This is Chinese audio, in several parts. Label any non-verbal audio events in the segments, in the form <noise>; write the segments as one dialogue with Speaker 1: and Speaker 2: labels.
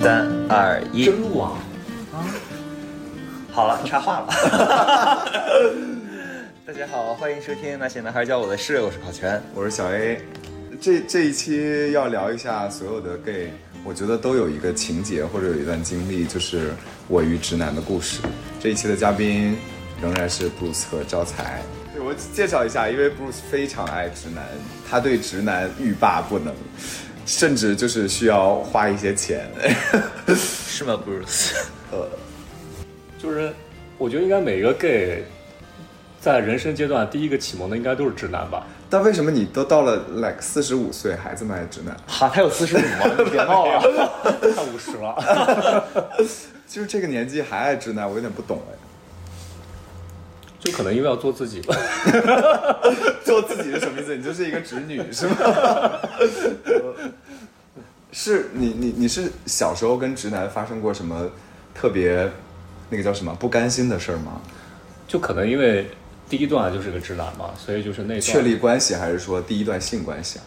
Speaker 1: 三二一，
Speaker 2: 真网
Speaker 1: 啊好了，插话 <laughs> 了。大家好，欢迎收听《那些男孩叫我的事》，我是跑全。
Speaker 3: 我是小 A。这这一期要聊一下所有的 gay，我觉得都有一个情节或者有一段经历，就是我与直男的故事。这一期的嘉宾仍然是 Bruce 和招财。对我介绍一下，因为 Bruce 非常爱直男，他对直男欲罢不能，甚至就是需要花一些钱。
Speaker 1: 是吗，Bruce？
Speaker 2: 就是，我觉得应该每个 gay 在人生阶段第一个启蒙的应该都是直男吧？
Speaker 3: <laughs> 但为什么你都到了 like 四十五岁还这么爱直男？
Speaker 1: 哈，他有四十五吗？你别闹了。
Speaker 2: 太务实了。
Speaker 3: 就是这个年纪还爱直男，我有点不懂哎。
Speaker 2: <laughs> 就可能因为要做自己吧。
Speaker 3: <laughs> 做自己是什么意思？你就是一个直女是吗？ <laughs> 是你你你是小时候跟直男发生过什么特别那个叫什么不甘心的事儿吗？
Speaker 2: 就可能因为第一段就是个直男嘛，所以就是那段
Speaker 3: 确立关系还是说第一段性关系啊？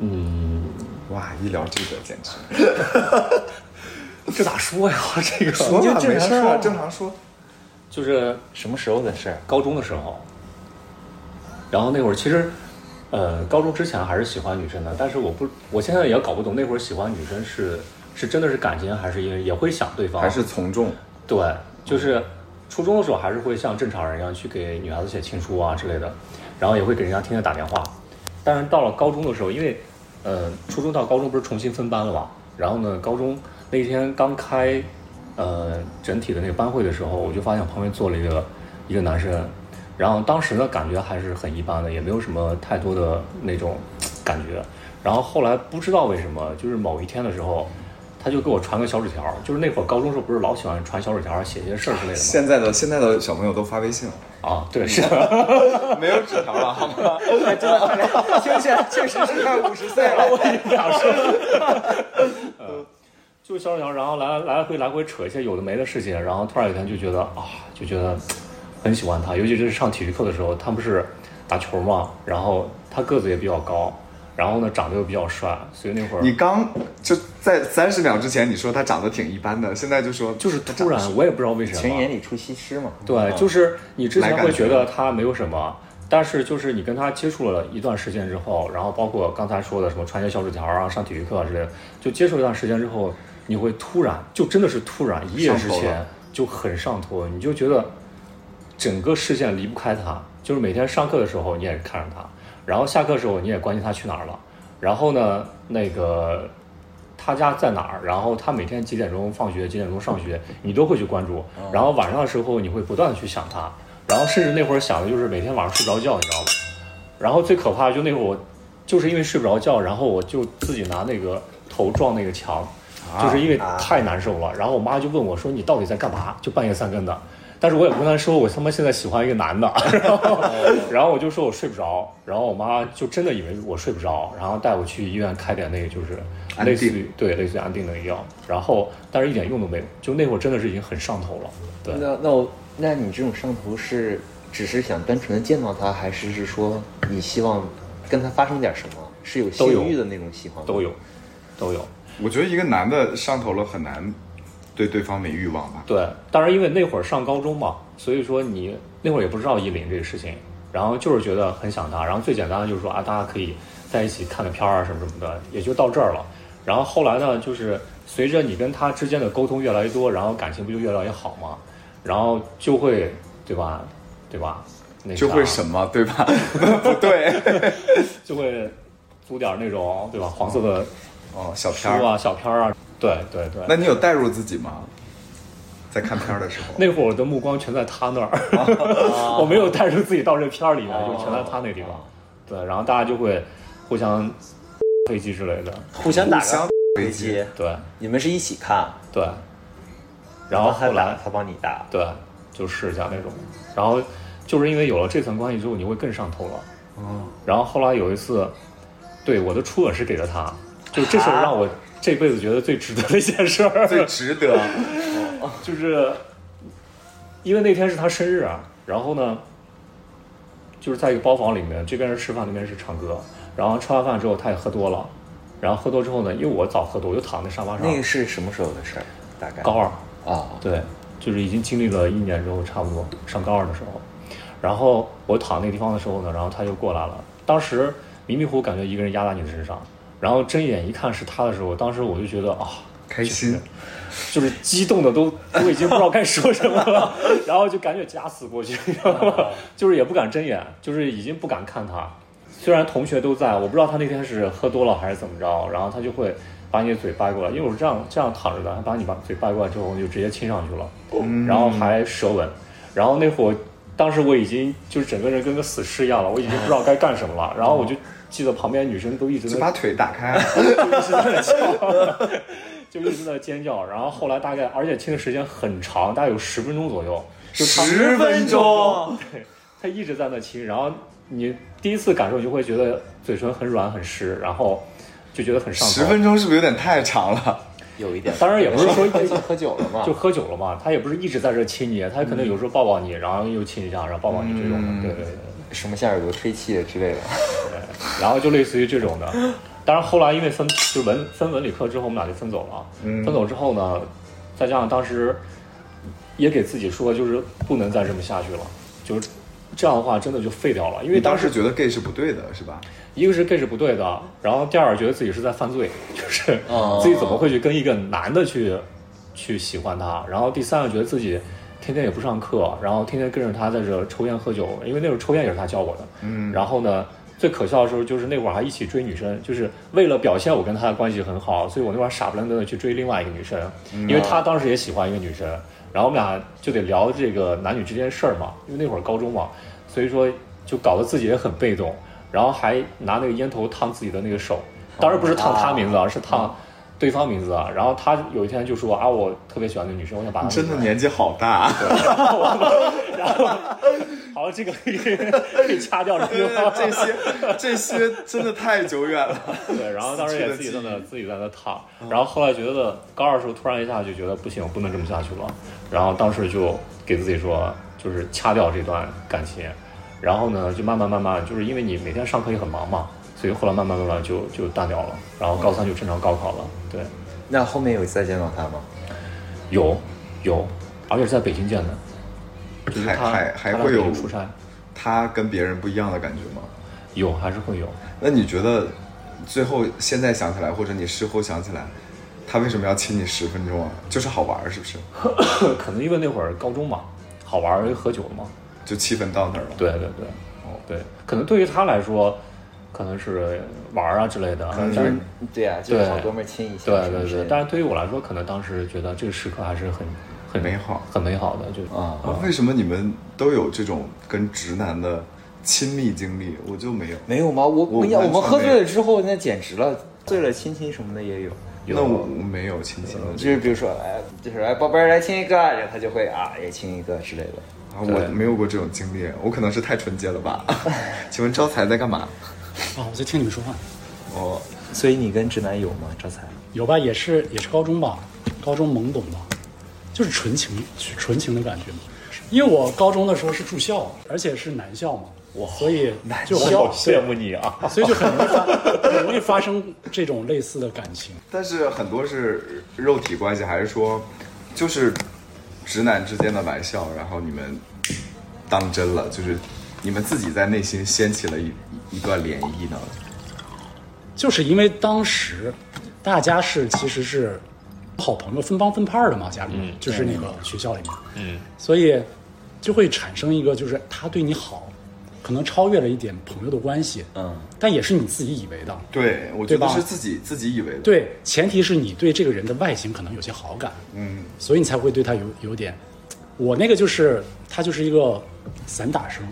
Speaker 2: 嗯，
Speaker 3: 哇，一聊这个
Speaker 2: <laughs>
Speaker 3: 简直
Speaker 2: 这咋说呀？ <laughs> 这个
Speaker 3: 说
Speaker 1: 就
Speaker 3: 吧，
Speaker 1: 正
Speaker 3: 没
Speaker 1: 常
Speaker 3: 事儿
Speaker 1: 说
Speaker 3: 啊，
Speaker 1: 嘛
Speaker 3: 正常说。
Speaker 2: 就是
Speaker 1: <laughs> 什么时候的事儿？
Speaker 2: 高中的时候，然后那会儿其实，呃，高中之前还是喜欢女生的，但是我不，我现在也搞不懂那会儿喜欢女生是是真的是感情，还是因为也会想对方，
Speaker 3: 还是从众，
Speaker 2: 对，就是初中的时候还是会像正常人一样去给女孩子写情书啊之类的，然后也会给人家天天打电话。但是到了高中的时候，因为呃初中到高中不是重新分班了嘛，然后呢高中那天刚开呃整体的那个班会的时候，我就发现我旁边坐了一个一个男生，然后当时的感觉还是很一般的，也没有什么太多的那种感觉。然后后来不知道为什么，就是某一天的时候，他就给我传个小纸条，就是那会儿高中时候不是老喜欢传小纸条，写些事儿之类的
Speaker 3: 现在的现在的小朋友都发微信了，
Speaker 2: 吗？啊，对，是的。
Speaker 3: 没有纸条了好吗？
Speaker 1: 真的，听起来确实是快五十岁了。
Speaker 2: <laughs> 我也不想说。 <laughs> 呃就是小纸条，然后来来回来回扯一些有的没的事情，然后突然有一天就觉得啊，就觉得很喜欢他，尤其是上体育课的时候，他不是打球嘛，然后他个子也比较高，然后呢长得又比较帅，所以那会儿
Speaker 3: 你刚就在三十秒之前你说他长得挺一般的，现在就说
Speaker 2: 就是突然，我也不知道为什
Speaker 1: <laughs>
Speaker 2: 么，
Speaker 1: 群演里出西施嘛。
Speaker 2: 对，就是你之
Speaker 3: 嗯
Speaker 2: 前
Speaker 3: 来感
Speaker 2: 会
Speaker 3: 觉
Speaker 2: 觉得他没有什么，但是就是你跟他接触了一段时间之后，然后包括刚才说的什么传些小纸条啊、上体育课啊之类的，就接触一段时间之后，你会突然就真的是突然一夜之
Speaker 3: 上头
Speaker 2: 间
Speaker 3: 了
Speaker 2: 就很上头，你就觉得整个视线离不开他，就是每天上课的时候你也看着他，然后下课的时候你也关心他去哪儿了，然后呢那个。他家在哪儿？然后他每天几点钟放学，几点钟上学，
Speaker 3: 嗯
Speaker 2: 你都会去关注。然后晚上的时候，你会不断的去想他，然后甚至那会儿想的就是每天晚上睡不着觉，你知道吗？然后最可怕的就那会儿我，就是因为睡不着觉，然后我就自己拿那个头撞那个墙，
Speaker 3: 啊
Speaker 2: 就是因为太难受了。然后我妈就问我说：“你到底在干嘛？”就半夜三更的。但是我也不跟她说我他妈现在喜欢一个
Speaker 3: <laughs>
Speaker 2: 男的，然后然后我就说我睡不着，然后我妈就真的以为我睡不着，然后带我去医院开点那个就是
Speaker 3: 安定
Speaker 2: 类似于对类似于安定的药，然后但是一点用都没有，就那会儿真的是已经很上头了，对。
Speaker 1: 那那我，那你这种上头是只是想单纯的见到他，还是是说你希望跟他发生点什么？是有
Speaker 2: 都有
Speaker 1: 性欲的那种喜欢吗？
Speaker 2: 都有，都有。
Speaker 3: 我觉得一个男的上头了很难对对方没欲望吧？
Speaker 2: 对，当然因为那会儿上高中嘛，所以说你那会儿也不知道意林这个事情，然后就是觉得很想他，然后最简单的就是说啊，大家可以在一起看个片儿啊什么什么的，也就到这儿了。然后后来呢，就是随着你跟他之间的沟通越来越多，然后感情不就越来越好嘛，然后就会对吧，对吧？那
Speaker 3: 就会
Speaker 2: 啥
Speaker 3: 什么对
Speaker 2: <laughs>
Speaker 3: 吧？不对，
Speaker 2: 就会租点儿那种对吧黄色的
Speaker 3: 哦，小
Speaker 2: 书
Speaker 3: 片儿。
Speaker 2: 啊、小片儿啊，对对对。
Speaker 3: 那你有代入自己吗？在看片儿的时
Speaker 2: <laughs>
Speaker 3: 候，
Speaker 2: 那会儿我的目光全在他那
Speaker 3: 哦
Speaker 2: <laughs> 儿，我没有带入自己到这片儿里面，就全在他那地方。对，然后大家就会互相飞机之类的，
Speaker 1: 互相打
Speaker 3: 互相
Speaker 1: 个飞机，
Speaker 2: 对
Speaker 1: 你们是一起看，
Speaker 2: 对。然后后
Speaker 1: 他打
Speaker 2: 来
Speaker 1: 他帮你打，
Speaker 2: 对，就试一下那种，然后就是因为有了这层关系之后，你会更上头了。
Speaker 3: 哦
Speaker 2: 然后后来有一次，对我的初吻是给了他，就这是让我这辈子觉得最值得的一件事儿。
Speaker 3: 最值
Speaker 2: <laughs>
Speaker 3: 得。
Speaker 2: 就是因为那天是他生日啊，然后呢，就是在一个包房里面，这边是吃饭，那边是唱歌，然后吃完饭之后他也喝多了，然后喝多之后呢，因为我早喝多，我就躺在沙发上。
Speaker 1: 那个是什么时候的事儿？大概
Speaker 2: 高二，
Speaker 1: 啊，
Speaker 2: 对，就是已经经历了一年之后，差不多上高二的时候，然后我躺那个地方的时候呢，然后他就过来了。当时迷迷糊糊感觉一个人压在你的身上，然后睁眼一看是他的时候，当时我就觉得啊，
Speaker 3: 开心，
Speaker 2: 就是激动的都都已经不知道该说什么了，然后就感觉夹死过去， <laughs> 就是也不敢睁眼，就是已经不敢看他。虽然同学都在，我不知道他那天是喝多了还是怎么着，然后他就会把你的嘴掰过来，因为我是这样这样躺着的，他把你把嘴掰过来之后就直接亲上去了，然后还舌吻，然后那会儿当时我已经就是整个人跟个死尸一样了，我已经不知道该干什么了，然后我就记得旁边女生都一直在
Speaker 3: 就把腿打开，
Speaker 2: 就一直在尖叫，然后后来大概，而且亲的时间很长，大概有十分钟左右， <laughs> 就他
Speaker 3: 十分钟，
Speaker 2: 对，他一直在那亲，然后你第一次感受你就会觉得嘴唇很软很湿，然后就觉得很上头。
Speaker 3: 十分钟是不是有点太长了？
Speaker 1: 有一点。
Speaker 2: 当然也不是说
Speaker 1: 喝酒喝酒了嘛，
Speaker 2: 就喝酒了嘛，他也不是一直在这亲你，他可能有时候抱抱你，然后又亲一下，然后抱抱你这种
Speaker 3: 嗯
Speaker 2: 的，对对对。
Speaker 1: 什么下耳朵吹气之类的。
Speaker 2: 然后就类似于这种的。当然后来因为分就文分文理科之后，我们俩就分走了。啊分走之后呢，再加上当时也给自己说，就是不能再这么下去了，就是这样的话真的就废掉了。因为
Speaker 3: 你当
Speaker 2: 当时
Speaker 3: 时觉得 gay 是不对的，是吧？
Speaker 2: 一个是 gay 是不对的，然后第二觉得自己是在犯罪，就是
Speaker 1: 哦
Speaker 2: 自己怎么会去跟一个男的去去喜欢他，然后第三个觉得自己天天也不上课，然后天天跟着他在这抽烟喝酒，因为那时候抽烟也是他教我的，嗯，然后呢。最可笑的时候就是那会儿还一起追女生，就是为了表现我跟他的关系很好，所以我那会儿傻不愣登的去追另外一个女生，因为他当时也喜欢一个女生，然后我们俩就得聊这个男女之间的事儿嘛，因为那会儿高中嘛，所以说就搞得自己也很被动，然后还拿那个烟头烫自己的那个手，当然不是烫他名字啊，是烫对方名字啊。然后他有一天就说啊，我特别喜欢那个女生，我想把她
Speaker 3: 真的年纪好大，
Speaker 2: 然后好了，这个可以可以掐掉了，
Speaker 3: 对 <laughs> 这些这些真的太久远
Speaker 2: <laughs>
Speaker 3: 了。
Speaker 2: 对，然后当时也自己在
Speaker 3: 死去
Speaker 2: 那
Speaker 3: 的记
Speaker 2: 自己在那躺，然后后来觉得高二的时候突然一下就觉得不行，我不能这么下去了，然后当时就给自己说就是掐掉这段感情，然后呢就慢慢慢慢就是因为你每天上课也很忙嘛，所以后来慢慢慢慢就就淡掉了，然后高三就正常高考了，对，
Speaker 1: 那后面有再见到他吗？
Speaker 2: 有有，而且是在北京见的，就是
Speaker 3: 还
Speaker 2: 他
Speaker 3: 还还
Speaker 2: 他来
Speaker 3: 会
Speaker 2: 北
Speaker 3: 有
Speaker 2: 京出差，
Speaker 3: 他跟别人不一样的感觉吗？
Speaker 2: 有还是会有，
Speaker 3: 那你觉得最后现在想起来，或者你事后想起来，他为什么要亲你十分钟啊？就是好玩儿，是不是？
Speaker 2: <laughs> 可能因为那会儿高中嘛，好玩儿喝酒了嘛，
Speaker 3: 就气氛到那儿了。
Speaker 2: 对对对，
Speaker 3: 哦
Speaker 2: 对，可能对于他来说，可能是玩儿啊之类的，
Speaker 3: 能
Speaker 2: 但是
Speaker 3: 嗯
Speaker 1: 对呀、就是
Speaker 2: 对
Speaker 1: 好哥们儿亲一下，
Speaker 2: 对
Speaker 1: 是不
Speaker 2: 对
Speaker 1: 是
Speaker 2: 对，但是对于我来说，可能当时觉得这个时刻还是很很
Speaker 3: 美好
Speaker 2: 很美好的，就
Speaker 1: 啊
Speaker 3: 啊，为什么你们都有这种跟直男的亲密经历，我就没有？
Speaker 1: 没有吗？我
Speaker 3: 我
Speaker 1: 不一样，我们
Speaker 3: 完全
Speaker 1: 喝
Speaker 3: 没
Speaker 1: 醉
Speaker 3: 有
Speaker 1: 了之后，那简直了，醉了亲亲什么的也有。
Speaker 2: 有
Speaker 3: 那我我没有亲亲的
Speaker 1: 就
Speaker 3: 这
Speaker 1: 是比如说，哎，就是哎，宝贝儿来亲一个，然后他就会啊，也亲一个之类的。
Speaker 3: 啊，我没有过这种经历，我可能是太纯洁了吧？ <laughs> 请问招财在干嘛？
Speaker 4: 啊，我在听你们说话。
Speaker 3: 哦，
Speaker 1: 所以你跟直男有吗？招财？
Speaker 4: 有吧，也是也是高中吧，高中懵懂吧，就是纯情纯情的感觉嘛。因为我高中的时候是住校，而且是男校嘛，所以就很
Speaker 2: 好羡慕你啊！
Speaker 4: 对所以就很容易发很容易发生这种类似的感情。
Speaker 3: 但是很多是肉体关系，还是说就是直男之间的玩笑，然后你们当真了，就是你们自己在内心掀起了一一一段涟漪呢？
Speaker 4: 就是因为当时大家是其实是好朋友分帮分派儿的嘛，家里面、
Speaker 2: 嗯
Speaker 4: 就是那个学校里面，嗯，所以就会产生一个就是他对你好，可能超越了一点朋友的关系，
Speaker 1: 嗯，
Speaker 4: 但也是你自己以为的。
Speaker 3: 对，我觉
Speaker 4: 对
Speaker 3: 得
Speaker 4: 吧
Speaker 3: 是自己自己以为的。，
Speaker 4: 对，前提是你对这个人的外形可能有些好感，
Speaker 3: 嗯，
Speaker 4: 所以你才会对他有有点。我那个就是他就是一个散打生，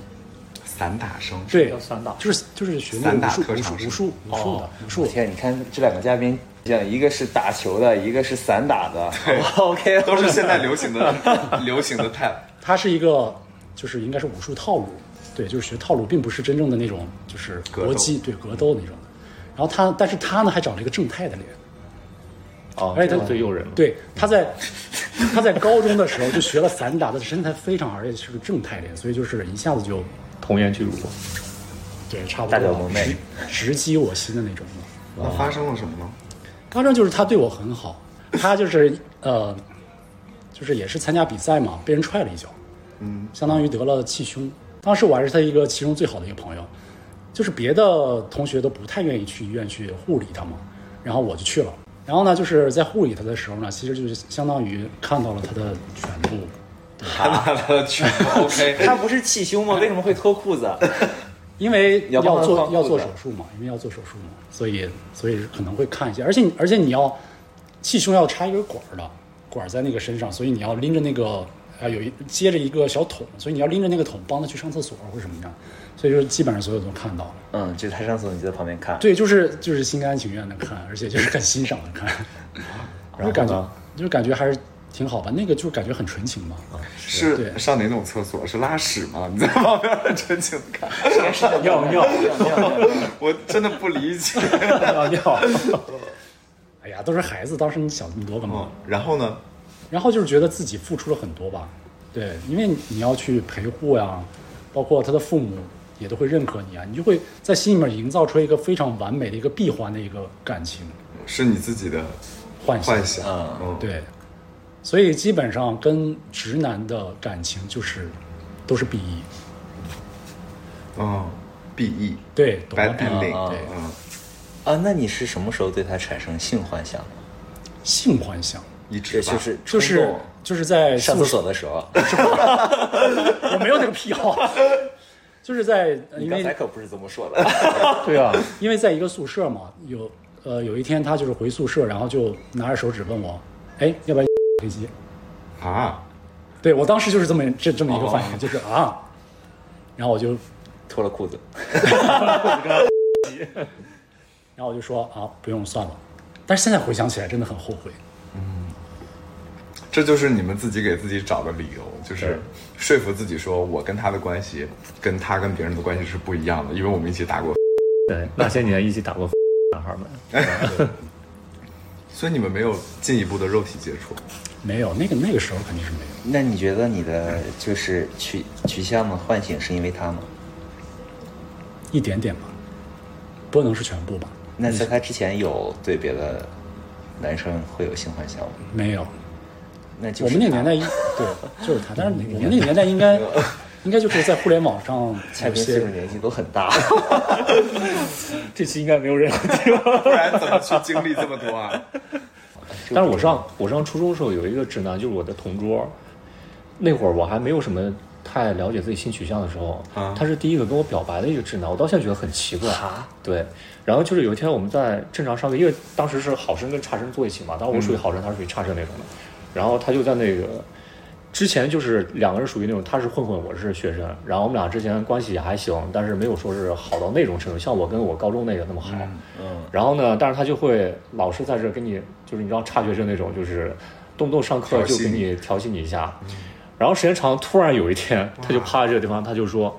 Speaker 3: 散打声，
Speaker 4: 对
Speaker 2: 叫，散打
Speaker 4: 就是就是学那
Speaker 3: 散打
Speaker 4: 个武
Speaker 3: 特
Speaker 4: 术武
Speaker 3: 长
Speaker 4: 术
Speaker 3: 生哦
Speaker 4: 武术武术的武术
Speaker 1: 我，天，你看这两个嘉宾，像一个是打球的，一个是散打的。OK，
Speaker 3: 都是现在流行的流行的
Speaker 4: <laughs>
Speaker 3: tap。
Speaker 4: 他是一个就是应该是武术套路，对，就是学套路，并不是真正的那种就是
Speaker 3: 格斗
Speaker 4: 搏击对格斗那种的。然后他，但是他呢还长了一个正太的脸，
Speaker 2: 啊，
Speaker 4: 而
Speaker 2: 这
Speaker 4: 且他
Speaker 2: 哦个最诱人了。
Speaker 4: 对，他在他在高中的时候就学了散打，他的身材非常好，而且是个正太脸，所以就是一下子就
Speaker 2: 童颜巨乳，
Speaker 4: 对，差不
Speaker 1: 大
Speaker 4: 多
Speaker 1: 脚萌妹
Speaker 4: 直直击我心的那种的。
Speaker 3: 那发生了什么呢？ <laughs>
Speaker 4: 发生就是他对我很好，他就是呃，就是也是参加比赛嘛，被人踹了一脚，嗯，相当于得了气胸。当时我还是他一个其中最好的一个朋友，就是别的同学都不太愿意去医院去护理他嘛，然后我就去了。然后呢，就是在护理他的时候呢，其实就是相当于看到了他的全部。
Speaker 1: <laughs> 他不是气胸吗？为什么会脱裤子？啊
Speaker 4: 因为
Speaker 1: 要
Speaker 4: 要
Speaker 1: 帮他
Speaker 4: 做
Speaker 1: 放
Speaker 4: 要
Speaker 1: 裤
Speaker 4: 做
Speaker 1: 子
Speaker 4: 手术嘛，因为要做手术嘛，所以所以可能会看一下，而且而且你要气胸要插一根管儿的，管儿在那个身上，所以你要拎着那个啊有一接着一个小桶，所以你要拎着那个桶帮他去上厕所或者什么样，所以就是基本上所有都看到了。
Speaker 1: 嗯，就是他上厕所你就在旁边看。
Speaker 4: 对，就是就是心甘情愿的看，而且就是很欣赏的看，
Speaker 2: 然
Speaker 1: 啊
Speaker 4: 就
Speaker 2: 后
Speaker 4: 感
Speaker 2: 呢
Speaker 4: 觉就是感觉还是挺好吧，那个就是感觉很纯情嘛。
Speaker 1: 啊
Speaker 3: 是
Speaker 4: 对
Speaker 3: 上哪种厕所？是拉屎吗？ <laughs> 你在旁边很纯情的看，
Speaker 2: 尿尿
Speaker 3: 我真的不理解。
Speaker 2: 尿尿，
Speaker 4: 哎呀，都是孩子，当时你想那么多干
Speaker 1: 哦
Speaker 4: 嘛？
Speaker 3: 然后呢？
Speaker 4: 然后就是觉得自己付出了很多吧，对，因为你要去陪护呀、包括他的父母也都会认可你啊，你就会在心里面营造出一个非常完美的一个闭环的一个感情
Speaker 3: 是你自己的
Speaker 4: 幻想，
Speaker 3: 幻想，嗯，
Speaker 4: 对，所以基本上跟直男的感情就是都是 B E，
Speaker 3: 嗯，B E
Speaker 4: 对，懂吗
Speaker 3: bad
Speaker 4: ？B E，
Speaker 1: 啊
Speaker 3: ending，
Speaker 4: 对，
Speaker 3: 嗯，
Speaker 1: 啊，那你是什么时候对他产生性幻想的？
Speaker 4: 性幻想
Speaker 3: 一
Speaker 1: 这
Speaker 3: 直吧
Speaker 1: 就是
Speaker 4: 就
Speaker 1: 冲
Speaker 4: 是
Speaker 1: 动
Speaker 4: 就是在
Speaker 1: 上
Speaker 4: 宿
Speaker 1: 厕
Speaker 4: 舍
Speaker 1: 所的时候，
Speaker 4: <laughs> 我没有那个
Speaker 1: <laughs>
Speaker 4: 癖好，就是在呃
Speaker 1: 你
Speaker 4: 因
Speaker 1: 刚才
Speaker 4: 为
Speaker 1: 可不是这么说的。 <laughs>
Speaker 2: 对啊，
Speaker 4: 因为在一个宿舍嘛，有呃有一天他就是回宿舍，然后就拿着手指问我，哎，要不要飞机？
Speaker 3: 啊，
Speaker 4: 对我当时就是这么这这么一个反应，就是啊，然后我就
Speaker 1: 哦脱了裤子，
Speaker 4: <laughs> 然后我就说啊，不用算了。但是现在回想起来，真的很后悔。
Speaker 3: 这就是你们自己给自己找的理由，就是说服自己说我跟他的关系跟他跟别人的关系是不一样的，因为我们一起打过，
Speaker 2: <laughs> 对，那些年一起打过男孩们，
Speaker 3: 所以你们没有进一步的肉体接触。
Speaker 4: 没有那个那个时候肯定是没有。
Speaker 1: 那你觉得你的就是取取向的唤醒是因为他吗？
Speaker 4: 一点点吧，不能是全部吧？
Speaker 1: 那在他之前有对别的男生会有性幻想吗？
Speaker 4: 没有，
Speaker 1: 那就
Speaker 4: 我
Speaker 1: 是
Speaker 4: 们那个
Speaker 1: 他
Speaker 4: 年代应对就是他，
Speaker 1: <laughs>
Speaker 4: 但是我们那个年代应该应该就是在互联网上
Speaker 1: 蔡
Speaker 4: 有
Speaker 1: 明岁
Speaker 4: 些
Speaker 1: 数年纪都很
Speaker 4: <laughs>
Speaker 1: 大，
Speaker 2: <laughs> 这期应该没有人要听。
Speaker 3: 不然怎么去经历这么多啊？ <laughs>
Speaker 2: 但是我上我上初中的时候有一个直男，就是我的同桌，那会儿我还没有什么太了解自己性取向的时候，他是第一个跟我表白的一个直男，我到现在觉得很奇怪。对，然后就是有一天我们在正常上课，因为当时是好生跟差生坐一起嘛，当然我属于好生，他是属于差生那种的，然后他就在那个。之前就是两个人属于那种，他是混混，我是学生，然后我们俩之前关系也还行，但是没有说是好到那种程度，像我跟我高中那个那么好。
Speaker 1: 嗯
Speaker 2: 然后呢，但是他就会老是在这跟你，就是你知道差学生那种，就是动不动上课就给你嗯调戏你一下。然后时间长了，突然有一天，他就趴在这个地方，他就说：“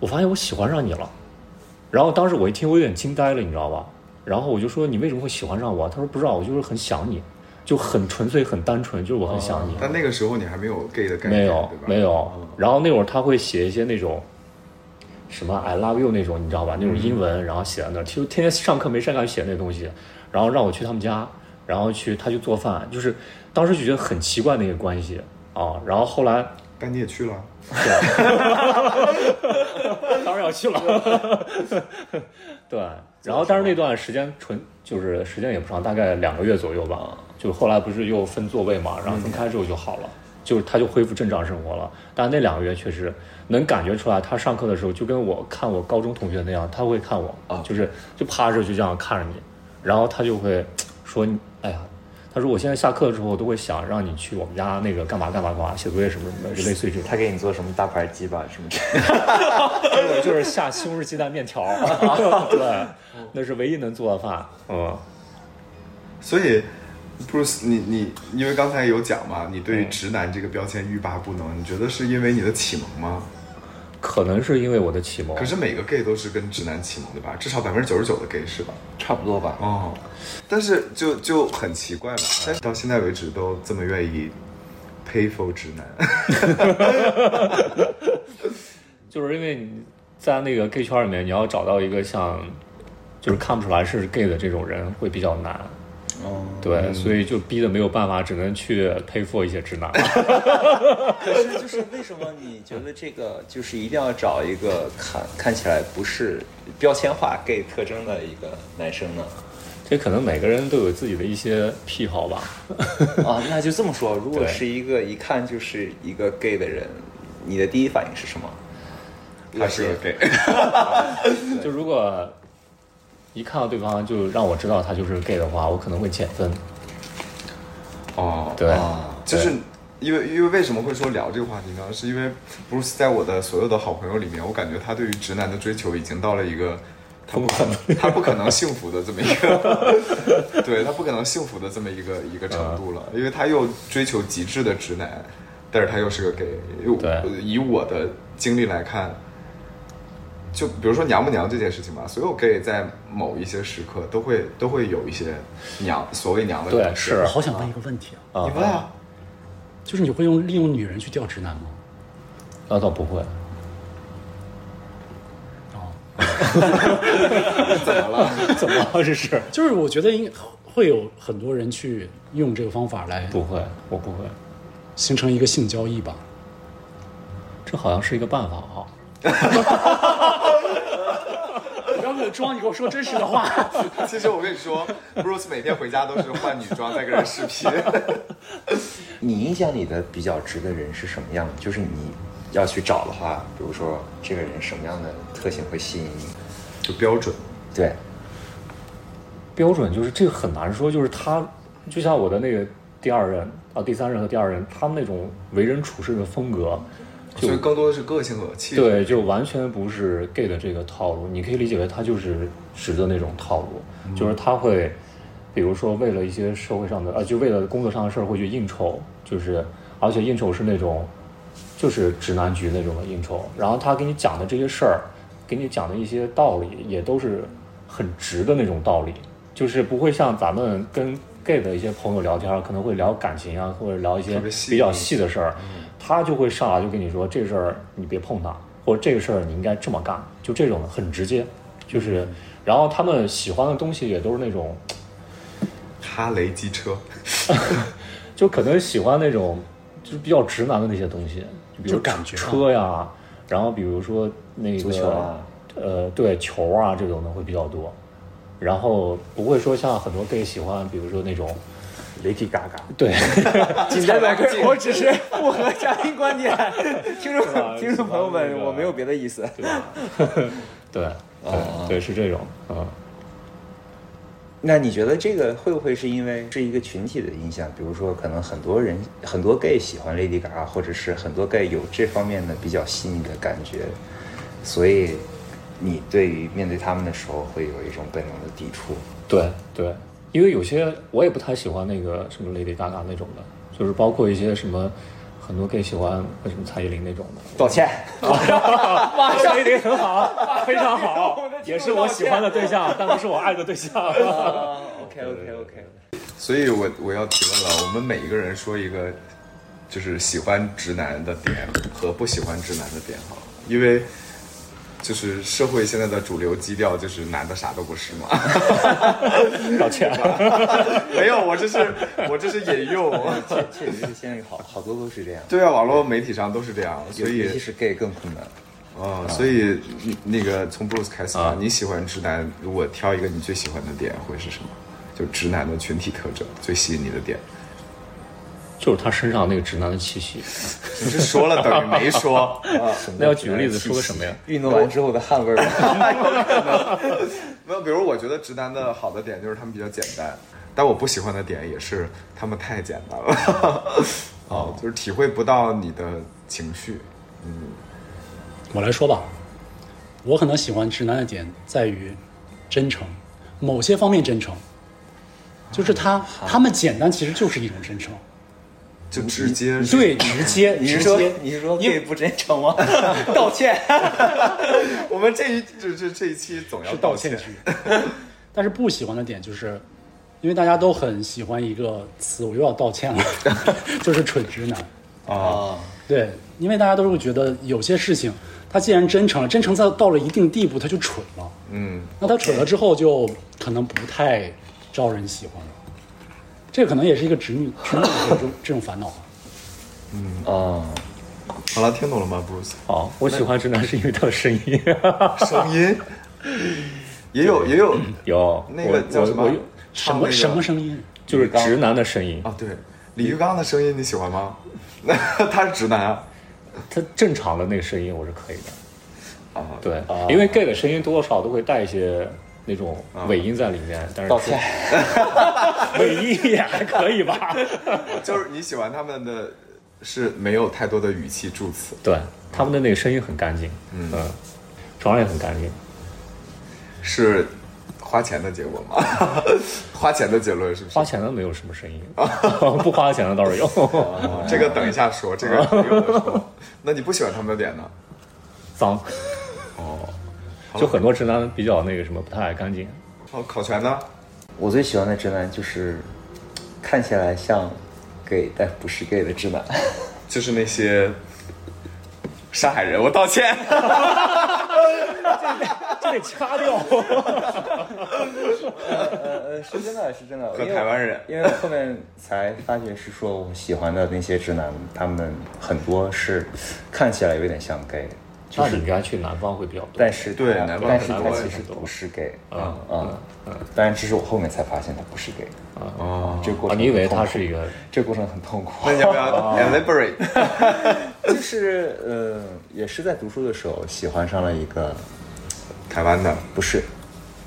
Speaker 2: 我发现我喜欢上你了。”然后当时我一听，我有点惊呆了，你知道吧？然后我就说：“你为什么会喜欢上我？”他说：“不知道，我就是很想你，就很纯粹、很单纯，就是我很想你。
Speaker 3: 但那个时候你还没有 gay 的概念，
Speaker 2: 没有
Speaker 3: 对吧？嗯
Speaker 2: 没有。然后那会儿他会写一些那种什么 I love you 那种，你知道
Speaker 3: 嗯
Speaker 2: 吧？那种英文，然后写在那儿，就天天上课没事干写那东西，然后让我去他们家，然后去他去做饭，就是当时就觉得很奇怪的一个关系啊。然后后来
Speaker 3: 但你也去了，
Speaker 2: <laughs> 当然要去了， <laughs> 对。然后但是那段时间纯就是时间也不长，大概两个月左右吧。就后来不是又分座位嘛，然后分开之后就好了，就是他就恢复正常生活了。但那两个月确实能感觉出来，他上课的时候就跟我看我高中同学那样，他会看我，
Speaker 1: 啊
Speaker 2: 就是就趴着就这样看着你，然后他就会说你，哎呀。他说：“我现在下课的时候，我都会想让你去我们家那个干嘛干嘛干嘛，写作业什么什么的，就类似于这种。”
Speaker 1: 他给你做什么大盘鸡巴什么之类的？
Speaker 2: 我就是下西红柿鸡蛋面条，
Speaker 3: <laughs>
Speaker 2: 对，那是唯一能做的饭。嗯，
Speaker 3: 所以 Bruce，你你因为刚才有讲嘛，你对于直男这个标签欲罢不能，你觉得是因为你的启蒙吗？
Speaker 2: 可能是因为我的启蒙
Speaker 3: 可，是每个 gay 都是跟直男启蒙的吧？至少百分之九十九的 gay 是吧？
Speaker 1: 差不多吧。
Speaker 3: 哦，嗯但是就就很奇怪嘛，但是到现在为止都这么愿意 pay for 直男，
Speaker 2: 就是因为你在那个 gay 圈里面，你要找到一个像，就是看不出来是 gay 的这种人会比较难。
Speaker 3: 哦，
Speaker 2: 对，所以就逼得没有办法，只能去配货一些直男。 <laughs>
Speaker 1: 可是就是为什么你觉得这个就是一定要找一个看看起来不是标签化 gay 特征的一个男生呢？
Speaker 2: 这可能每个人都有自己的一些癖好吧。
Speaker 1: 啊，那就这么说，如果
Speaker 2: 对
Speaker 1: 是一个一看就是一个 gay 的人，你的第一反应是什么？
Speaker 3: <laughs> 他是个 gay，
Speaker 2: 就如果一看到对方就让我知道他就是 gay 的话，我可能会减分。
Speaker 3: 哦，
Speaker 2: 对，
Speaker 1: 啊，
Speaker 3: 就是因为因为为什么会说聊这个话题呢？是因为 Bruce 在我的所有的好朋友里面，我感觉他对于直男的追求已经到了一个他不可能他不可能幸福的这么一个， <laughs> 对他不可能幸福的这么一个一个
Speaker 2: 啊
Speaker 3: 程度了，因为他又追求极致的直男，但是他又是个 gay，又
Speaker 2: 对
Speaker 3: 以我的经历来看。就比如说娘不娘这件事情吧，所有 gay 在某一些时刻都会都会有一些娘所谓娘的
Speaker 2: 对
Speaker 3: 感觉
Speaker 2: 是
Speaker 4: 我好想问一个问题啊，
Speaker 2: 啊
Speaker 3: 你问啊，
Speaker 4: 就是你会用利用女人去钓直男吗？
Speaker 2: 那倒不会。
Speaker 4: 哦，
Speaker 3: <laughs> 怎么了？
Speaker 2: <laughs> 怎么了？这是
Speaker 4: 就是我觉得应会有很多人去用这个方法来
Speaker 2: 不会，我不会。
Speaker 4: 形成一个性交易吧。
Speaker 2: 这好像是一个办法啊。
Speaker 4: 你要给我装，你给我说真实的话。
Speaker 3: <laughs> 其实我跟你说，Bruce 每天回家都是换女装在跟人视频。
Speaker 1: 你印象里的比较直的人是什么样的？就是你要去找的话，比如说这个人什么样的特性会吸引你？
Speaker 3: <laughs> 就标准，
Speaker 1: 对，
Speaker 2: 标准就是这个很难说，就是他就像我的那个第二任啊、第三任和第二任，他们那种为人处事的风格，
Speaker 3: 所以更多的是个性和气质。
Speaker 2: 对，就完全不是 gay 的这个套路，你可以理解为他就是直的那种套路，就是他会，比如说为了一些社会上的，呃，就为了工作上的事儿会去应酬，就是而且应酬是那种，就是直男局那种的应酬，然后他给你讲的这些事儿，给你讲的一些道理也都是很直的那种道理，就是不会像咱们跟 gay 的一些朋友聊天儿，可能会聊感情啊，或者聊一些
Speaker 3: 特别细
Speaker 2: 比较
Speaker 3: 腻
Speaker 2: 细的事儿，他就会上来就跟你说这事儿你别碰它，或者这个事儿你应该这么干，就这种的很直接，就是，然后他们喜欢的东西也都是那种，
Speaker 3: 哈雷机车，
Speaker 2: 就可能喜欢那种就是比较直男的那些东西，就比如
Speaker 4: 就感觉上
Speaker 2: 车呀，然后比如说那个
Speaker 1: 足球啊，
Speaker 2: 呃，对球啊这种的会比较多，然后不会说像很多 gay 喜欢，比如说那种
Speaker 1: 雷迪嘎嘎，
Speaker 2: <laughs> 对。
Speaker 1: <laughs> 今天来个我只是符合嘉宾观点，听众听众朋友
Speaker 2: 是吧那
Speaker 1: 们，
Speaker 2: 个
Speaker 1: 我没有别的意思。
Speaker 2: 对，
Speaker 1: 啊
Speaker 2: 对，对，是这种，嗯，
Speaker 1: 那你觉得这个会不会是因为是一个群体的影响？比如说，可能很多人很多 gay 喜欢 Lady Gaga，或者是很多 gay 有这方面的比较细腻的感觉，所以你对于面对他们的时候会有一种本能的抵触。
Speaker 2: 对对，因为有些我也不太喜欢那个什么 Lady Gaga 那种的，就是包括一些什么很多 gay 喜欢呃什么蔡依林那种的，
Speaker 1: 抱歉，
Speaker 2: 哇，蔡依林很好，非常好，也是我喜欢的对象，但不是我爱的对象。
Speaker 1: 啊，OK OK OK，
Speaker 3: 所以我我要提问了，我们每一个人说一个，就是喜欢直男的点和不喜欢直男的点哈，因为就是社会现在的主流基调就是男的啥都不是 <laughs> 嘛。
Speaker 2: 抱歉，
Speaker 3: 没有，我这是我这是引用。
Speaker 1: 确确实是现在好好多都是这样，
Speaker 3: 对啊，网络媒体上都是这样，所
Speaker 1: 尤
Speaker 3: 以
Speaker 1: 尤其是 gay 更困难。
Speaker 4: 啊
Speaker 3: 哦，所以你那个从 Bruce 开始吧，
Speaker 2: 啊
Speaker 3: 你喜欢直男，如果挑一个你最喜欢的点会是什么？就直男的群体特征最吸引你的点，
Speaker 2: 就是他身上那个直男的气息。
Speaker 3: 你是说了等于没
Speaker 4: <laughs>
Speaker 3: 说，啊
Speaker 2: 那要举个例子，说个什么呀？
Speaker 1: 运动完之后的汗味儿，
Speaker 3: 没有。比如我觉得直男的好的点就是他们比较简单，但我不喜欢的点也是他们太简单
Speaker 4: <laughs>
Speaker 3: 了，哦，就是体会不到你的情绪，
Speaker 4: <laughs> 我来说吧，我可能喜欢直男的点在于真诚，某些方面真诚，就是他他们简单其实就是一种真诚，
Speaker 3: 就直接是
Speaker 4: 对，直接
Speaker 1: 你是
Speaker 4: 直
Speaker 1: 说
Speaker 4: 接，
Speaker 1: 你是说 gay 不真诚吗？ <laughs> 道歉。
Speaker 3: <laughs> 我们这一这这这一期总要
Speaker 4: 是
Speaker 3: 道
Speaker 4: 道歉局。 <laughs> 但是不喜欢的点就是，因为大家都很喜
Speaker 2: <laughs>
Speaker 4: 欢一个词，我又要道歉了，就是蠢直男。
Speaker 3: 啊。
Speaker 1: 啊，
Speaker 4: 对，因为大家都会觉得有些事情，他既然真诚了，真诚到到了一定地步，他就蠢了。
Speaker 3: 嗯，
Speaker 4: 那他蠢了之后，就可能不太招人喜欢了。这可能也是一个直女直女的这种这种
Speaker 2: <laughs>
Speaker 4: 烦恼吧。啊
Speaker 1: 哦，
Speaker 3: 好了，听懂了吗，Bruce？
Speaker 2: 好，哦我喜欢直男是因为他的声音。
Speaker 3: 声音也有也有
Speaker 2: <laughs> 有
Speaker 3: 那个
Speaker 2: 我
Speaker 3: 叫什
Speaker 2: 我
Speaker 3: 么
Speaker 2: 我有？
Speaker 4: 什
Speaker 3: 唱那
Speaker 4: 么
Speaker 3: 个
Speaker 4: 什么声音？
Speaker 2: 就是直男的声音，
Speaker 3: 啊？对，李玉刚的声音你喜欢吗？他是直男啊。
Speaker 2: 他正常的那个声音我是可以的。
Speaker 3: 啊，啊
Speaker 2: 对，因为 gay 的声音多多少少都会带一些那种尾音在里面，但是
Speaker 1: 道歉，
Speaker 2: <laughs> 尾音也还可以吧？
Speaker 3: 就是你喜欢他们的，是没有太多的语气助词。
Speaker 2: 对，他们的那个声音很干净，嗯，床上也很干净。
Speaker 3: 是花钱的结果吗？ <laughs> 花钱的结论是不是？
Speaker 2: 花钱的没有什么声音， <laughs> 不花钱的倒是有。 <laughs>
Speaker 3: 啊这个等一下说，这个一会儿说。那你不喜欢他们的点呢？
Speaker 2: 脏，
Speaker 3: 哦，好
Speaker 2: 就很多直男比较那个什么不太爱干净。
Speaker 3: 好，哦考全呢？
Speaker 1: 我最喜欢的直男就是看起来像 gay 但不是 gay 的直男。
Speaker 3: 就是那些上海人，我道歉。 <laughs>
Speaker 2: 这得掐
Speaker 4: <laughs>
Speaker 2: 掉。
Speaker 1: 呃呃，是真的，是真的。
Speaker 3: 和
Speaker 1: 因为
Speaker 3: 台湾人
Speaker 1: 因为我后面才发觉是说我喜欢的那些直男，他们很多是看起来有点像 gay，就
Speaker 2: 那
Speaker 1: 是
Speaker 2: 你应该去南方会比较多。
Speaker 1: 但是
Speaker 3: 对
Speaker 1: 他
Speaker 3: 南方
Speaker 1: 但是
Speaker 3: 很
Speaker 1: 他
Speaker 3: 多
Speaker 1: 其
Speaker 3: 也
Speaker 1: 实
Speaker 2: 是多
Speaker 1: 不是 gay，
Speaker 2: 嗯
Speaker 1: 嗯嗯，当然这是我后面才发现他不是 gay，
Speaker 3: 哦，
Speaker 1: 这个过
Speaker 2: 啊，
Speaker 1: 程
Speaker 2: 你以为
Speaker 1: 很痛
Speaker 2: 他
Speaker 1: 苦
Speaker 2: 是一个
Speaker 1: 这个过程很痛苦，
Speaker 3: 那你要不
Speaker 2: 哦
Speaker 3: 要 elaborate？
Speaker 1: <laughs> 就是呃，也是在读书的时候喜欢上了一个，
Speaker 3: 台湾的，
Speaker 1: 不是，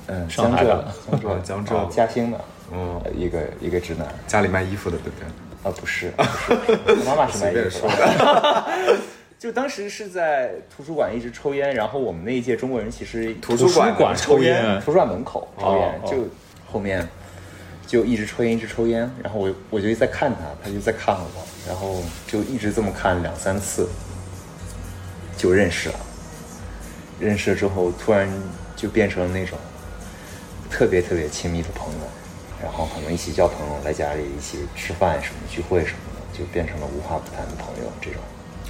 Speaker 1: 嗯，
Speaker 2: 上
Speaker 1: 江
Speaker 2: 海
Speaker 1: 浙
Speaker 2: 的
Speaker 1: 江浙
Speaker 3: 哦江浙
Speaker 1: 啊嘉兴的，呃
Speaker 3: 嗯，
Speaker 1: 一个一个直男
Speaker 3: 家里卖衣服的，对不对？
Speaker 1: 啊，不是，不是，不
Speaker 3: <laughs>
Speaker 1: 是妈妈是卖
Speaker 3: 随
Speaker 1: 衣
Speaker 3: 便
Speaker 1: 服
Speaker 3: 说
Speaker 1: 的。 <laughs>
Speaker 3: 的。
Speaker 1: 就当时是在图书馆一直抽烟，然后我们那一届中国人其实
Speaker 3: 图
Speaker 2: 图
Speaker 3: 书
Speaker 2: 书
Speaker 3: 馆
Speaker 2: 馆抽
Speaker 3: 烟
Speaker 2: 烟
Speaker 1: 图书馆门口抽烟，
Speaker 2: 哦哦
Speaker 1: 就后面就一直抽烟，一直抽烟，然后我我就一直在看他，他就在看我，然后就一直这么看两三次，就认识了。认识了之后，突然就变成了那种特别特别亲密的朋友，然后可能一起交朋友，来家里一起吃饭什么聚会什么的，就变成了无话不谈的朋友这种。